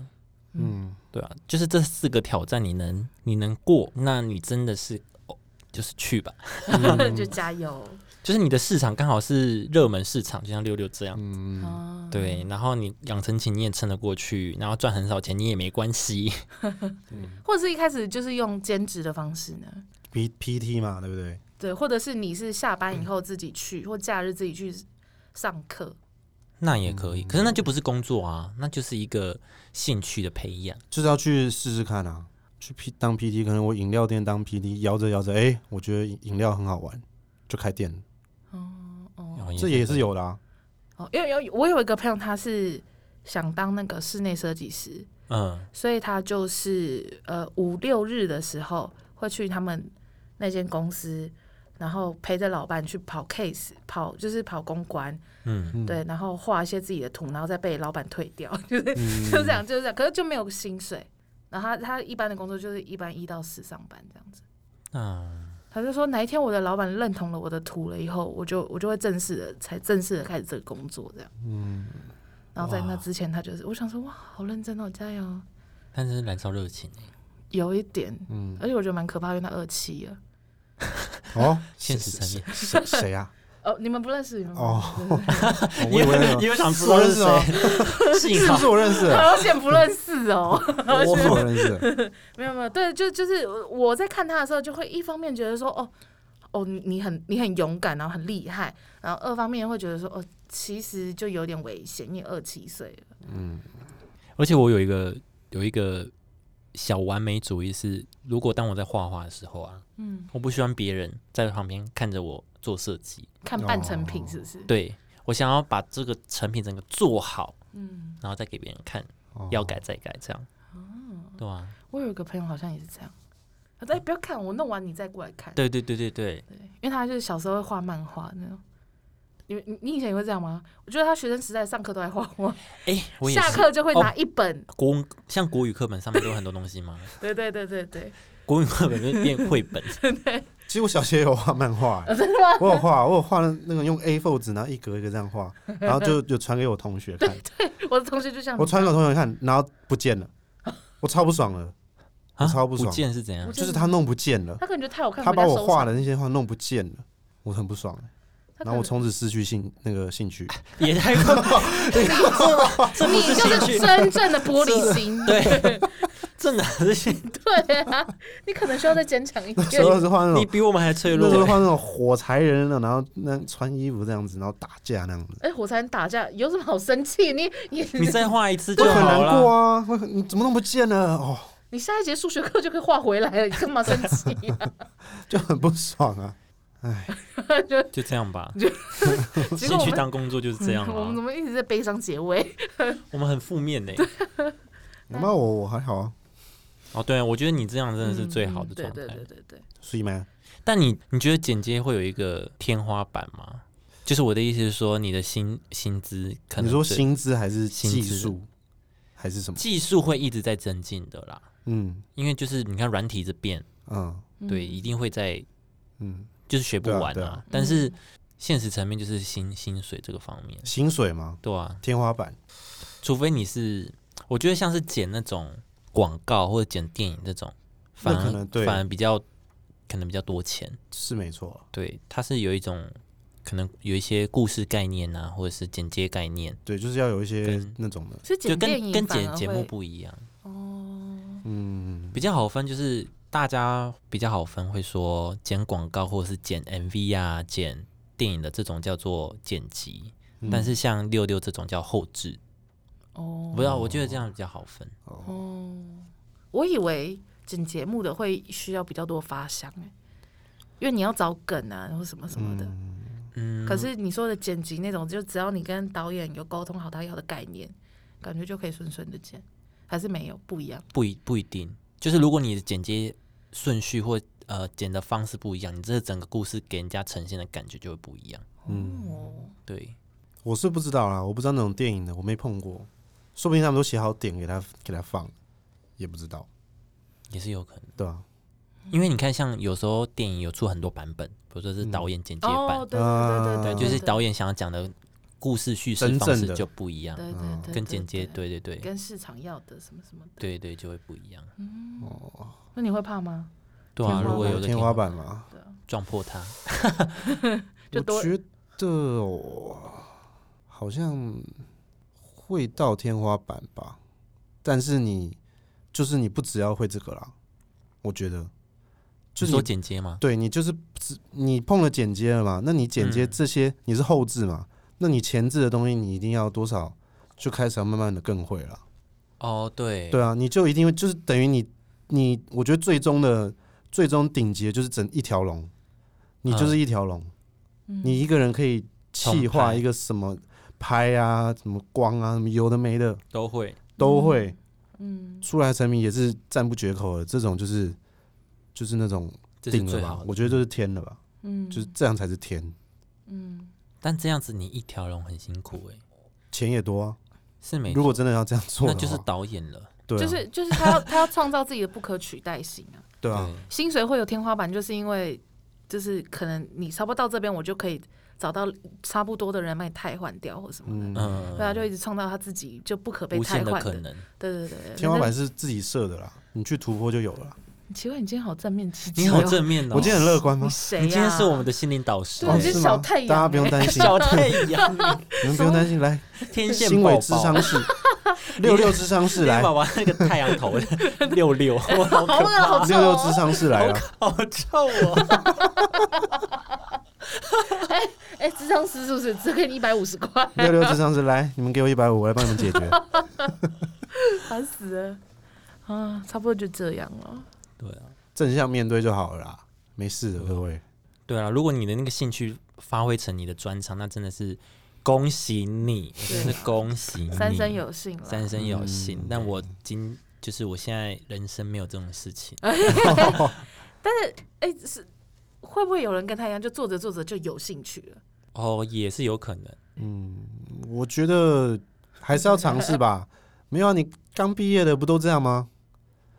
Speaker 3: 嗯，
Speaker 2: 对啊，就是这四个挑战，你能你能过，那你真的是哦，就是去吧。
Speaker 1: [LAUGHS] 就加油。
Speaker 2: 就是你的市场刚好是热门市场，就像六六这样。
Speaker 3: 嗯，
Speaker 1: 啊，
Speaker 2: 对，然后你养成期你也撑得过去，然后赚很少钱你也没关系。
Speaker 1: 或者是一开始就是用兼职的方式呢？
Speaker 3: P P T 嘛，对不对？
Speaker 1: 对，或者是你是下班以后自己去，或假日自己去上课。
Speaker 2: 那也可
Speaker 3: 嗯
Speaker 2: 以，可是那就不是工作啊，那就是一个兴趣的培养。
Speaker 3: 就是要去试试看啊，去 P 当 P T，可能我饮料店当 P T，摇着摇着，哎，我觉得饮饮料很好玩，就开店了，
Speaker 2: 然后
Speaker 3: 哦这也是有的啊，
Speaker 1: 哦，因为有我有一个朋友，他是想当那个室内设计师，
Speaker 2: 嗯，
Speaker 1: 所以他就是呃五六日的时候会去他们那间公司，然后陪着老板去跑 case，跑就是跑公关，
Speaker 2: 嗯，
Speaker 3: 嗯，
Speaker 1: 对，然后画一些自己的图，然后再被老板退掉， [LAUGHS] 就是、
Speaker 2: 嗯
Speaker 1: 就是这样，就是这样。可是就没有薪水，然后他他一般的工作就是一般一到四上班这样子。
Speaker 2: 那
Speaker 1: 他就说哪一天我的老板认同了我的图了以后，我就我就会正式的才正式的开始这个工作这样。
Speaker 3: 嗯，
Speaker 1: 然后在那
Speaker 2: 哇
Speaker 1: 之前，他就是我想说哇，好认真哦，加油，
Speaker 2: 但是燃烧热情欸、
Speaker 1: 有一点，
Speaker 3: 嗯
Speaker 1: 而且我觉得蛮可怕，因为他二啊期了。
Speaker 3: 哦，
Speaker 2: [LAUGHS] 现实层面
Speaker 3: 谁谁谁啊？
Speaker 1: 哦，你们不认识你们
Speaker 3: 哦
Speaker 1: 哦，对对对
Speaker 2: [LAUGHS]
Speaker 3: 哦我以为那个
Speaker 2: 你有想知道
Speaker 3: 我认
Speaker 2: 是
Speaker 3: 识啊
Speaker 2: 谁？幸
Speaker 3: 是不
Speaker 2: 好
Speaker 3: 是我认
Speaker 2: [LAUGHS]
Speaker 3: 识的？
Speaker 1: 好险不认识 [LAUGHS] 哦。
Speaker 3: 我不认识的，
Speaker 1: 没有没有，对，就就是我在看他的时候，就会一方面觉得说，哦哦，你你很你很勇敢，然后很厉害，然后二方面会觉得说，哦，其实就有点危险，你二七岁了，
Speaker 3: 嗯，
Speaker 2: 而且我有一个有一个小完美主义是，如果当我在画画的时候啊，
Speaker 1: 嗯，
Speaker 2: 我不喜欢别人在旁边看着我做设计，
Speaker 1: 看半成
Speaker 2: 哦
Speaker 1: 品是不是？
Speaker 2: 对我想要把这个成品整个做好，
Speaker 1: 嗯，
Speaker 2: 然后再给别人看，
Speaker 3: 哦
Speaker 2: 要改再改这样，对啊，
Speaker 1: 我有一个朋友好像也是这样，他说，哎，不要看我弄完你再过来看，
Speaker 2: 对对对对对，
Speaker 1: 对，因为他就是小时候会画漫画那种。你你你以前也会这样吗？我觉得他学生时代上课都在画画，
Speaker 2: 哎、我也
Speaker 1: 下
Speaker 2: 是哦
Speaker 1: 课就会拿一本，
Speaker 2: 国文像国语课本上面都有很多东西嘛，
Speaker 1: 对对对对对，
Speaker 2: [LAUGHS] 国语课本就变绘
Speaker 3: [LAUGHS]
Speaker 2: 本，
Speaker 3: 其实我小学也有画漫
Speaker 2: [LAUGHS]
Speaker 3: 画、
Speaker 2: 哦
Speaker 3: 欸，我有画，我有画那个用 A4 纸，然后一格一格这样画，然后就就传给我同学看，
Speaker 1: [LAUGHS] 我的同学就像
Speaker 3: 我传给我同学看，然后不
Speaker 2: [LAUGHS]
Speaker 3: 见了，我超不爽了，
Speaker 2: 啊
Speaker 3: 超不爽
Speaker 2: 不见是怎
Speaker 1: [LAUGHS]
Speaker 2: 样？
Speaker 3: 就是他弄不见了，
Speaker 1: 他可能觉得太好看，
Speaker 3: 他
Speaker 1: 回
Speaker 3: 把
Speaker 1: 家
Speaker 3: 我
Speaker 1: 收
Speaker 3: 画
Speaker 1: 藏，
Speaker 3: 的那些画弄不见了，我很不爽欸、
Speaker 1: 他可
Speaker 3: 然后我
Speaker 1: 能
Speaker 3: 从此失去兴那个兴趣，
Speaker 2: 也太过分了，这不
Speaker 1: 你
Speaker 2: 是
Speaker 1: 就
Speaker 2: 兴
Speaker 1: 是
Speaker 2: 趣，
Speaker 1: 真正的玻璃心， [LAUGHS]
Speaker 2: [LAUGHS] 对，这哪是兴趣？
Speaker 1: 对啊，你可能需要再坚强一
Speaker 3: 那时候
Speaker 1: 点。
Speaker 3: 是画那
Speaker 2: 你
Speaker 3: 种，
Speaker 2: 比我们还脆
Speaker 3: 那时候
Speaker 2: 弱。
Speaker 3: 画那种火柴人的，然后那穿衣服这样子，然后打架那样子，
Speaker 1: 哎，火柴人打架有什么好生气？你你
Speaker 2: 你再画一次就
Speaker 3: 会很
Speaker 2: 好
Speaker 3: 难过
Speaker 2: 了。
Speaker 3: 啊，会很你怎么弄不见了？哦，
Speaker 2: [LAUGHS]
Speaker 1: 你下一节数学课就可以画回来了，你干嘛生气啊？
Speaker 3: 就很不爽啊。哎，
Speaker 2: 就这样吧。
Speaker 1: 结果
Speaker 2: 兴
Speaker 1: 我
Speaker 2: 趣
Speaker 1: 们嗯
Speaker 2: 当工作就是这样
Speaker 1: 我们怎
Speaker 2: 啊。
Speaker 1: 么一直在悲伤结尾？
Speaker 2: 我们很负面呢。
Speaker 3: 那我我还好啊，
Speaker 2: 哦，对啊，我觉得你这样真的是
Speaker 1: 嗯
Speaker 2: 最好
Speaker 1: 嗯
Speaker 2: 的状态。
Speaker 1: 对对对对对，
Speaker 3: 所以嘛，
Speaker 2: 但你你觉得剪接会有一个天花板吗？就是我的意思是说，你的薪薪资可能
Speaker 3: 你说
Speaker 2: 是
Speaker 3: 薪资还是
Speaker 2: 薪
Speaker 3: 技
Speaker 2: 资
Speaker 3: 术还是什么？
Speaker 2: 技术会一直在增进的啦，
Speaker 3: 嗯
Speaker 2: 因为就是你看软体一直变，
Speaker 3: 嗯
Speaker 1: 嗯嗯
Speaker 2: 对，一定会在
Speaker 3: 嗯，
Speaker 2: 就是学不
Speaker 3: 对啊
Speaker 2: 完
Speaker 3: 对啊
Speaker 2: 但是现实层面就是薪薪水这个方面，
Speaker 3: 薪水嘛，
Speaker 2: 对啊，
Speaker 3: 天花板。
Speaker 2: 除非你是我觉得像是剪那种广告或者剪电影这种，反
Speaker 3: 那可
Speaker 2: 而
Speaker 3: 能对
Speaker 2: 反而比较可能比较多钱。
Speaker 3: 是没错啊，
Speaker 2: 对，它是有一种可能有一些故事概念啊，或者是剪接概念，
Speaker 3: 对，就是要有一些
Speaker 2: 跟
Speaker 3: 那种的，
Speaker 1: 其实
Speaker 2: 就
Speaker 1: 剪电
Speaker 2: 跟
Speaker 1: 影
Speaker 2: 跟
Speaker 1: 反
Speaker 2: 剪
Speaker 1: 而
Speaker 2: 节目
Speaker 1: 会
Speaker 2: 不一样，
Speaker 1: 哦，
Speaker 3: 嗯，
Speaker 2: 比较好分就是大家比较好分会说剪广告或者是剪 MV 啊，剪电影的这种叫做剪辑，
Speaker 3: 嗯
Speaker 2: 但是像六六这种叫后置，
Speaker 1: 哦，
Speaker 2: 不知道我觉得这样比较好分。
Speaker 3: 哦，
Speaker 1: 哦，我以为剪节目的会需要比较多发想欸因为你要找梗啊，然后什么什么的。
Speaker 2: 嗯，
Speaker 1: 可是你说的剪辑那种，就只要你跟导演有沟通好他要的概念，感觉就可以顺顺的剪，还是没有不一样。
Speaker 2: 不一不一定，就是如果你的剪接顺序或呃剪的方式不一样，你这整个故事给人家呈现的感觉就会不一样。
Speaker 3: 嗯
Speaker 1: 哦，
Speaker 2: 对，
Speaker 3: 我是不知道啦，我不知道那种电影的，我没碰过，说不定他们都写好点给他给他放，也不知道，
Speaker 2: 也是有可能。
Speaker 3: 对吧？
Speaker 2: 因为你看，像有时候电影有出很多版本，比如说是导演剪接版，
Speaker 1: 哦，对对对对
Speaker 3: 啊
Speaker 1: 对，
Speaker 2: 就是
Speaker 1: 对
Speaker 2: 导演想要讲的故事叙事方
Speaker 3: 真
Speaker 2: 式
Speaker 3: 正的
Speaker 2: 就不一样，
Speaker 1: 对对
Speaker 3: 嗯
Speaker 1: 对，
Speaker 2: 跟
Speaker 1: 对
Speaker 2: 剪接，
Speaker 1: 对
Speaker 2: 对对对
Speaker 1: 跟嗯市场要的什么什么的。
Speaker 2: 对对就会不一样。
Speaker 1: 那你会怕吗？
Speaker 2: 对啊，
Speaker 1: 天花板
Speaker 2: 如果有个
Speaker 3: 天花板嘛，
Speaker 1: 对啊，
Speaker 2: 撞破它，
Speaker 1: 就多
Speaker 3: 我觉得哦，好像会到天花板吧，但是你就是你不只要会这个啦，我觉得，就
Speaker 2: 就是说
Speaker 3: 你
Speaker 2: 剪接吗？
Speaker 3: 对你就是只你碰了剪接了嘛，那你剪接
Speaker 2: 嗯
Speaker 3: 这些、你是后置嘛，那你前置的东西你一定要多少就开始要慢慢的更会了。
Speaker 2: 哦，对，
Speaker 3: 对啊，你就一定会就是等于你你，我觉得最终的最终顶级的就是整一条龙，你就是一条龙，
Speaker 1: 嗯
Speaker 3: 你一个人可以气
Speaker 2: 嗯重
Speaker 3: 化
Speaker 2: 拍
Speaker 3: 一个什么拍啊，什么光啊，什么有的没的
Speaker 2: 都会。
Speaker 3: 都会、
Speaker 1: 嗯，
Speaker 3: 出来，成品也是赞不绝口的。这种就是就是那种
Speaker 2: 这是
Speaker 3: 顶了
Speaker 2: 最
Speaker 3: 吧
Speaker 2: 好，的，
Speaker 3: 我觉得就是天了吧，
Speaker 1: 嗯，
Speaker 3: 就是这样才是天，
Speaker 2: 但这样子你一条龙很辛苦哎、
Speaker 3: 钱也多啊。
Speaker 2: 是没错？
Speaker 3: 如果真的要这样做
Speaker 2: 那
Speaker 3: 的话，
Speaker 2: 就是导演了，
Speaker 3: 对啊，
Speaker 1: 就是就是他要 [LAUGHS] 他要创造自己的不可取代性啊。
Speaker 3: 对啊，
Speaker 1: 薪水会有天花板，就是因为就是可能你差不多到这边，我就可以找到差不多的人把你汰换掉或什么的。
Speaker 3: 嗯，
Speaker 2: 嗯，
Speaker 1: 对啊，就一直创造他自己就不可被
Speaker 2: 无限
Speaker 1: 汰
Speaker 2: 的
Speaker 1: 换
Speaker 2: 可
Speaker 1: 的。
Speaker 2: 能。
Speaker 1: 对对对对，
Speaker 3: 天花
Speaker 1: 那
Speaker 3: 板是自己设的啦，你去突破就有了啦。
Speaker 1: 那。奇怪，你今天好正面积极、
Speaker 2: 你
Speaker 1: 哦。
Speaker 2: 好正面哦，
Speaker 3: [LAUGHS] 我今天很乐观吗
Speaker 1: [LAUGHS]
Speaker 3: 啊
Speaker 1: 你？谁、啊呀？
Speaker 2: 你今天是我们的心灵导师
Speaker 1: 对啊
Speaker 2: 欸，
Speaker 1: 你是
Speaker 3: 哦吗
Speaker 1: 小太阳
Speaker 3: 大家不用担心，
Speaker 2: 小太阳。
Speaker 3: 你们不用担心，来
Speaker 2: 天线
Speaker 3: 新
Speaker 2: 宝
Speaker 3: 伟
Speaker 2: 宝，
Speaker 3: 智商室，
Speaker 2: [LAUGHS]
Speaker 3: 六六智商室
Speaker 2: 天
Speaker 3: 来
Speaker 2: 线，宝宝那个太阳头 [LAUGHS] 六六，哇好可
Speaker 1: 恶 [LAUGHS] 好
Speaker 2: 怕，
Speaker 3: 六六智商室来啊了，
Speaker 2: 好臭
Speaker 1: [LAUGHS]
Speaker 2: 哦！
Speaker 1: 哎，智商师是不是只给你一百五十块？
Speaker 3: 六六智商室来，你们给我一百五，我来帮你们解决。 [LAUGHS]
Speaker 1: 烦死了啊！差不多就这样了。
Speaker 2: 对啊，
Speaker 3: 正向面对就好了啦，没事的，各位。
Speaker 2: 对啊，如果你的那个兴趣发挥成你的专长，那真的是恭喜你，我真的是恭喜你，
Speaker 1: [LAUGHS] 三生有幸了，
Speaker 2: 三生有幸。
Speaker 3: 嗯
Speaker 2: 但我今就是我现在人生没有这种事情，
Speaker 1: 啊哎、是会不会有人跟他一样，就做着做着就有兴趣了？
Speaker 2: 哦，也是有可能。
Speaker 3: 我觉得还是要尝试吧。没有啊，你刚毕业的不都这样吗？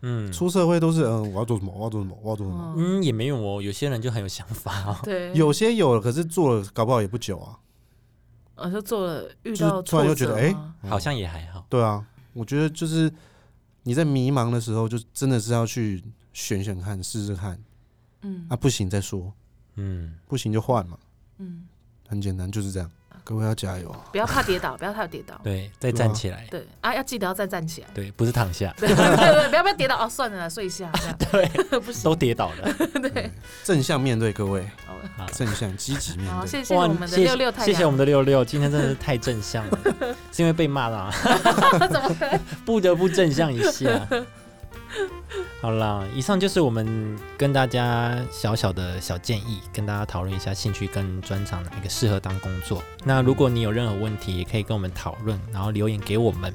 Speaker 2: 嗯
Speaker 3: 出社会都是嗯，我要做什么，我要做什么，我要做什么。
Speaker 1: 嗯，
Speaker 2: 嗯，也没有哦，有些人就很有想法哦。
Speaker 1: 对，
Speaker 3: 有些有了，可是做了搞不好也不久啊。
Speaker 1: 我呃就做了遇
Speaker 3: 就是
Speaker 1: 到
Speaker 3: 突然
Speaker 1: 挫
Speaker 3: 就
Speaker 1: 折
Speaker 3: 觉
Speaker 1: 啊
Speaker 3: 得哎
Speaker 1: 吗
Speaker 2: 好像也还好，
Speaker 3: 对啊，我觉得就是你在迷茫的时候，就真的是要去选选看，试试看。
Speaker 1: 嗯
Speaker 3: 啊，不行再说，
Speaker 2: 嗯，
Speaker 3: 不行就换嘛，
Speaker 1: 嗯，
Speaker 3: 很简单，就是这样。各位要加油啊！
Speaker 1: 不要怕跌倒，不要怕跌倒，
Speaker 2: 对，再
Speaker 3: 对啊
Speaker 2: 站起来，
Speaker 1: 对啊，要记得要再站起来。 [LAUGHS]
Speaker 2: 对，不是躺下，
Speaker 1: 对对对，不要不要跌倒哦，算了啦，睡一下这样。
Speaker 2: [LAUGHS] 对，
Speaker 1: [LAUGHS] 不行
Speaker 2: 都跌倒了。
Speaker 3: 正向面对各位
Speaker 1: 好，
Speaker 3: 正向积极面
Speaker 1: 好，
Speaker 3: 对。
Speaker 1: 谢谢
Speaker 2: 哇
Speaker 1: 我们的
Speaker 2: 谢谢
Speaker 1: 六六太阳，
Speaker 2: 谢谢我们的六六，今天真的是太正向
Speaker 1: [LAUGHS]
Speaker 2: 了，是因为被骂了、啊， [LAUGHS]
Speaker 1: 怎么了？
Speaker 2: 不得不正向一下。好啦，以上就是我们跟大家小小的小建议，跟大家讨论一下兴趣跟专长哪一个适合当工作。那如果你有任何问题，也可以跟我们讨论，然后留言给我们。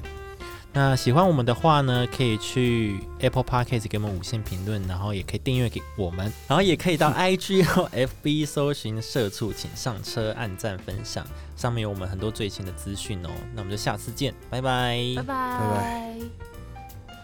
Speaker 2: 那喜欢我们的话呢，可以去 Apple Podcast 给我们五星评论，然后也可以订阅给我们，然后也可以
Speaker 1: [LAUGHS]
Speaker 2: 到 IG 或 FB 搜寻“社畜”，请上车按赞分享，上面有我们很多最新的资讯哦。那我们就下次见，拜拜。
Speaker 1: 拜拜
Speaker 3: 拜。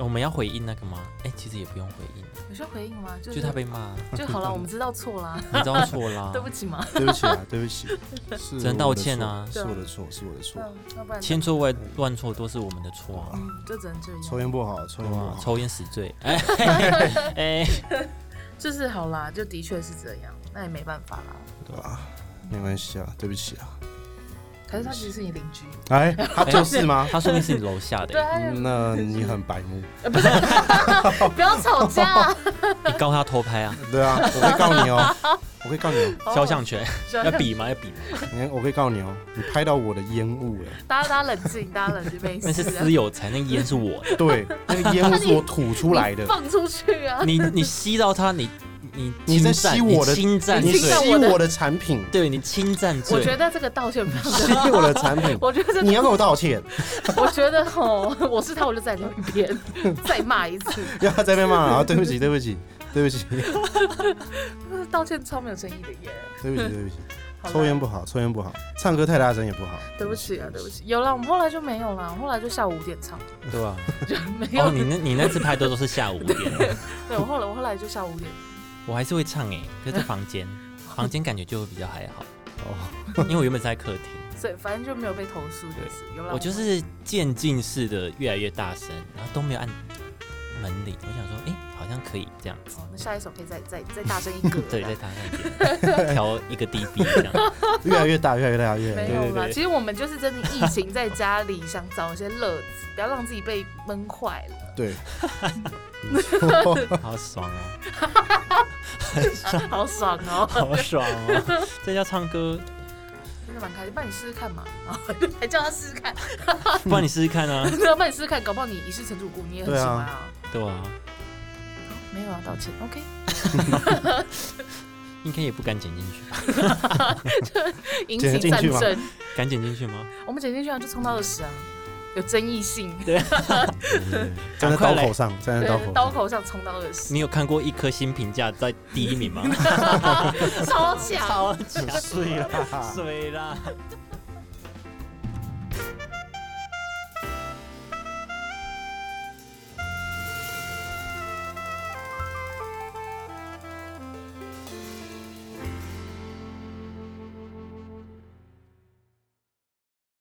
Speaker 2: 我们要回应那个吗？哎、其实也不用回应，
Speaker 1: 有需要回应吗？就
Speaker 2: 就是他被骂，
Speaker 1: 就好了，我们知道错啦，
Speaker 2: 你知道错
Speaker 1: [LAUGHS]
Speaker 2: 啦
Speaker 1: 对，不起嘛。
Speaker 3: 对不起啊，对不起，是我
Speaker 2: 只能
Speaker 3: 的
Speaker 2: 道歉
Speaker 3: 错
Speaker 2: 啊
Speaker 3: 是我的错，是我的错。
Speaker 1: 嗯，要不然
Speaker 2: 千错万万错都是我们的错啊。
Speaker 1: 嗯，就只能这样。
Speaker 3: 抽烟不好，抽
Speaker 1: 嗯
Speaker 3: 烟不
Speaker 2: 哇，
Speaker 3: 好，
Speaker 2: 抽烟死
Speaker 1: [LAUGHS]
Speaker 2: 罪！ [LAUGHS] 哎、哎、
Speaker 1: 就是好啦，就的确是这样，那也没办法啦。
Speaker 3: 没关系啊，对不起啊。
Speaker 1: 可是他其实是你邻居，
Speaker 3: 哎，他就是吗？
Speaker 2: 他说明是你楼下的、
Speaker 1: 对啊，
Speaker 3: 那你很白目，
Speaker 1: 哦不要吵架。
Speaker 2: 你告他偷拍啊，
Speaker 3: 对啊，我会告你哦，我会告你哦，
Speaker 2: 肖像权
Speaker 1: 肖
Speaker 2: 要
Speaker 1: 像
Speaker 2: 比吗？要比吗，
Speaker 3: 你看我会告你哦，你拍到我的烟雾了，
Speaker 1: 大家大家冷静，大家冷静，没
Speaker 2: 那是
Speaker 1: 事啊
Speaker 2: 私。有财，那烟是
Speaker 1: [LAUGHS]
Speaker 2: 我的。
Speaker 3: 对，那个烟雾是我吐出来的
Speaker 1: 你，放出去啊！
Speaker 2: 你你吸到他，你你
Speaker 3: 你在
Speaker 2: 侵占
Speaker 3: 吸我的
Speaker 2: [LAUGHS] 你侵占
Speaker 3: 你
Speaker 1: 侵
Speaker 2: 罪
Speaker 1: 犯，
Speaker 3: 吸我的产品，
Speaker 2: 对你侵占罪。
Speaker 1: 我觉得这个道歉不要，，
Speaker 3: 吸我的产品
Speaker 1: [LAUGHS] 我觉得这
Speaker 3: 你要跟我道歉， [LAUGHS]
Speaker 1: 我觉得吼，我是他，我就在那边 [LAUGHS] 再骂一次，
Speaker 3: 要再被骂了，啊，对不起，对不起，对不起，
Speaker 1: 道歉超没有诚意的耶。
Speaker 3: 对不起，对不起，
Speaker 1: 好啦
Speaker 3: 抽烟不好，抽烟不好，唱歌太大声也不好，
Speaker 1: 对不起啊，对不起。有啦，我们后来就没有啦，我们后来就下午五点唱，
Speaker 2: 对吧、
Speaker 1: [LAUGHS] 就没有。
Speaker 2: 哦，你那你那次拍的都是下午五点哦，
Speaker 1: 对我后来我后来就下午五点，
Speaker 2: 我还是会唱哎、可是在房间，房间感觉就比较还好，
Speaker 3: 哦，
Speaker 2: 因为我原本是在客厅，
Speaker 1: 所以反正就没有被投诉，就是有啦。
Speaker 2: 我就是渐进式的越来越大声，然后都没有按门铃，我想说，哎、好像可以这样子，。
Speaker 1: 我们下一首可以再再再大声一个
Speaker 2: 对，再大声一 [LAUGHS] 点，调一个 dB 这样，
Speaker 3: 越来越大，越来越大，越来
Speaker 1: 没
Speaker 3: 越大
Speaker 1: 有啦，
Speaker 2: 对对对
Speaker 1: 其实我们就是真的疫情在家里想找一些乐子，不要让自己被闷坏了。
Speaker 3: 对，
Speaker 2: 好爽哦，
Speaker 1: 好爽哦，
Speaker 2: [LAUGHS] 好爽 [LAUGHS] 哦，这叫唱歌，
Speaker 1: 真的蛮开心。帮你试试看嘛，然后还叫他试试看，
Speaker 2: 不然你试试看啊，
Speaker 1: 对啊，帮你试试看，搞不好你一试成主顾，你也很喜欢啊。
Speaker 2: 对啊，
Speaker 1: 没有啊，道歉，OK，
Speaker 2: 应该也不敢剪进去吧，
Speaker 1: 引
Speaker 3: 剪得
Speaker 1: 起
Speaker 3: 进
Speaker 1: 战
Speaker 3: 去吗
Speaker 1: 争，
Speaker 2: 敢剪进去吗？
Speaker 1: 我们剪进去啊，就冲到二十啊，有争议性，
Speaker 3: 站在
Speaker 2: 赶快
Speaker 3: 刀
Speaker 2: 来
Speaker 3: 口上，站在刀口
Speaker 1: 对，
Speaker 3: 上，
Speaker 1: 刀口上冲到二十，
Speaker 2: 你有看过一颗星评价在 [LAUGHS] 第一名吗？
Speaker 1: 超强。
Speaker 2: 强
Speaker 3: 碎了。
Speaker 2: 水啦。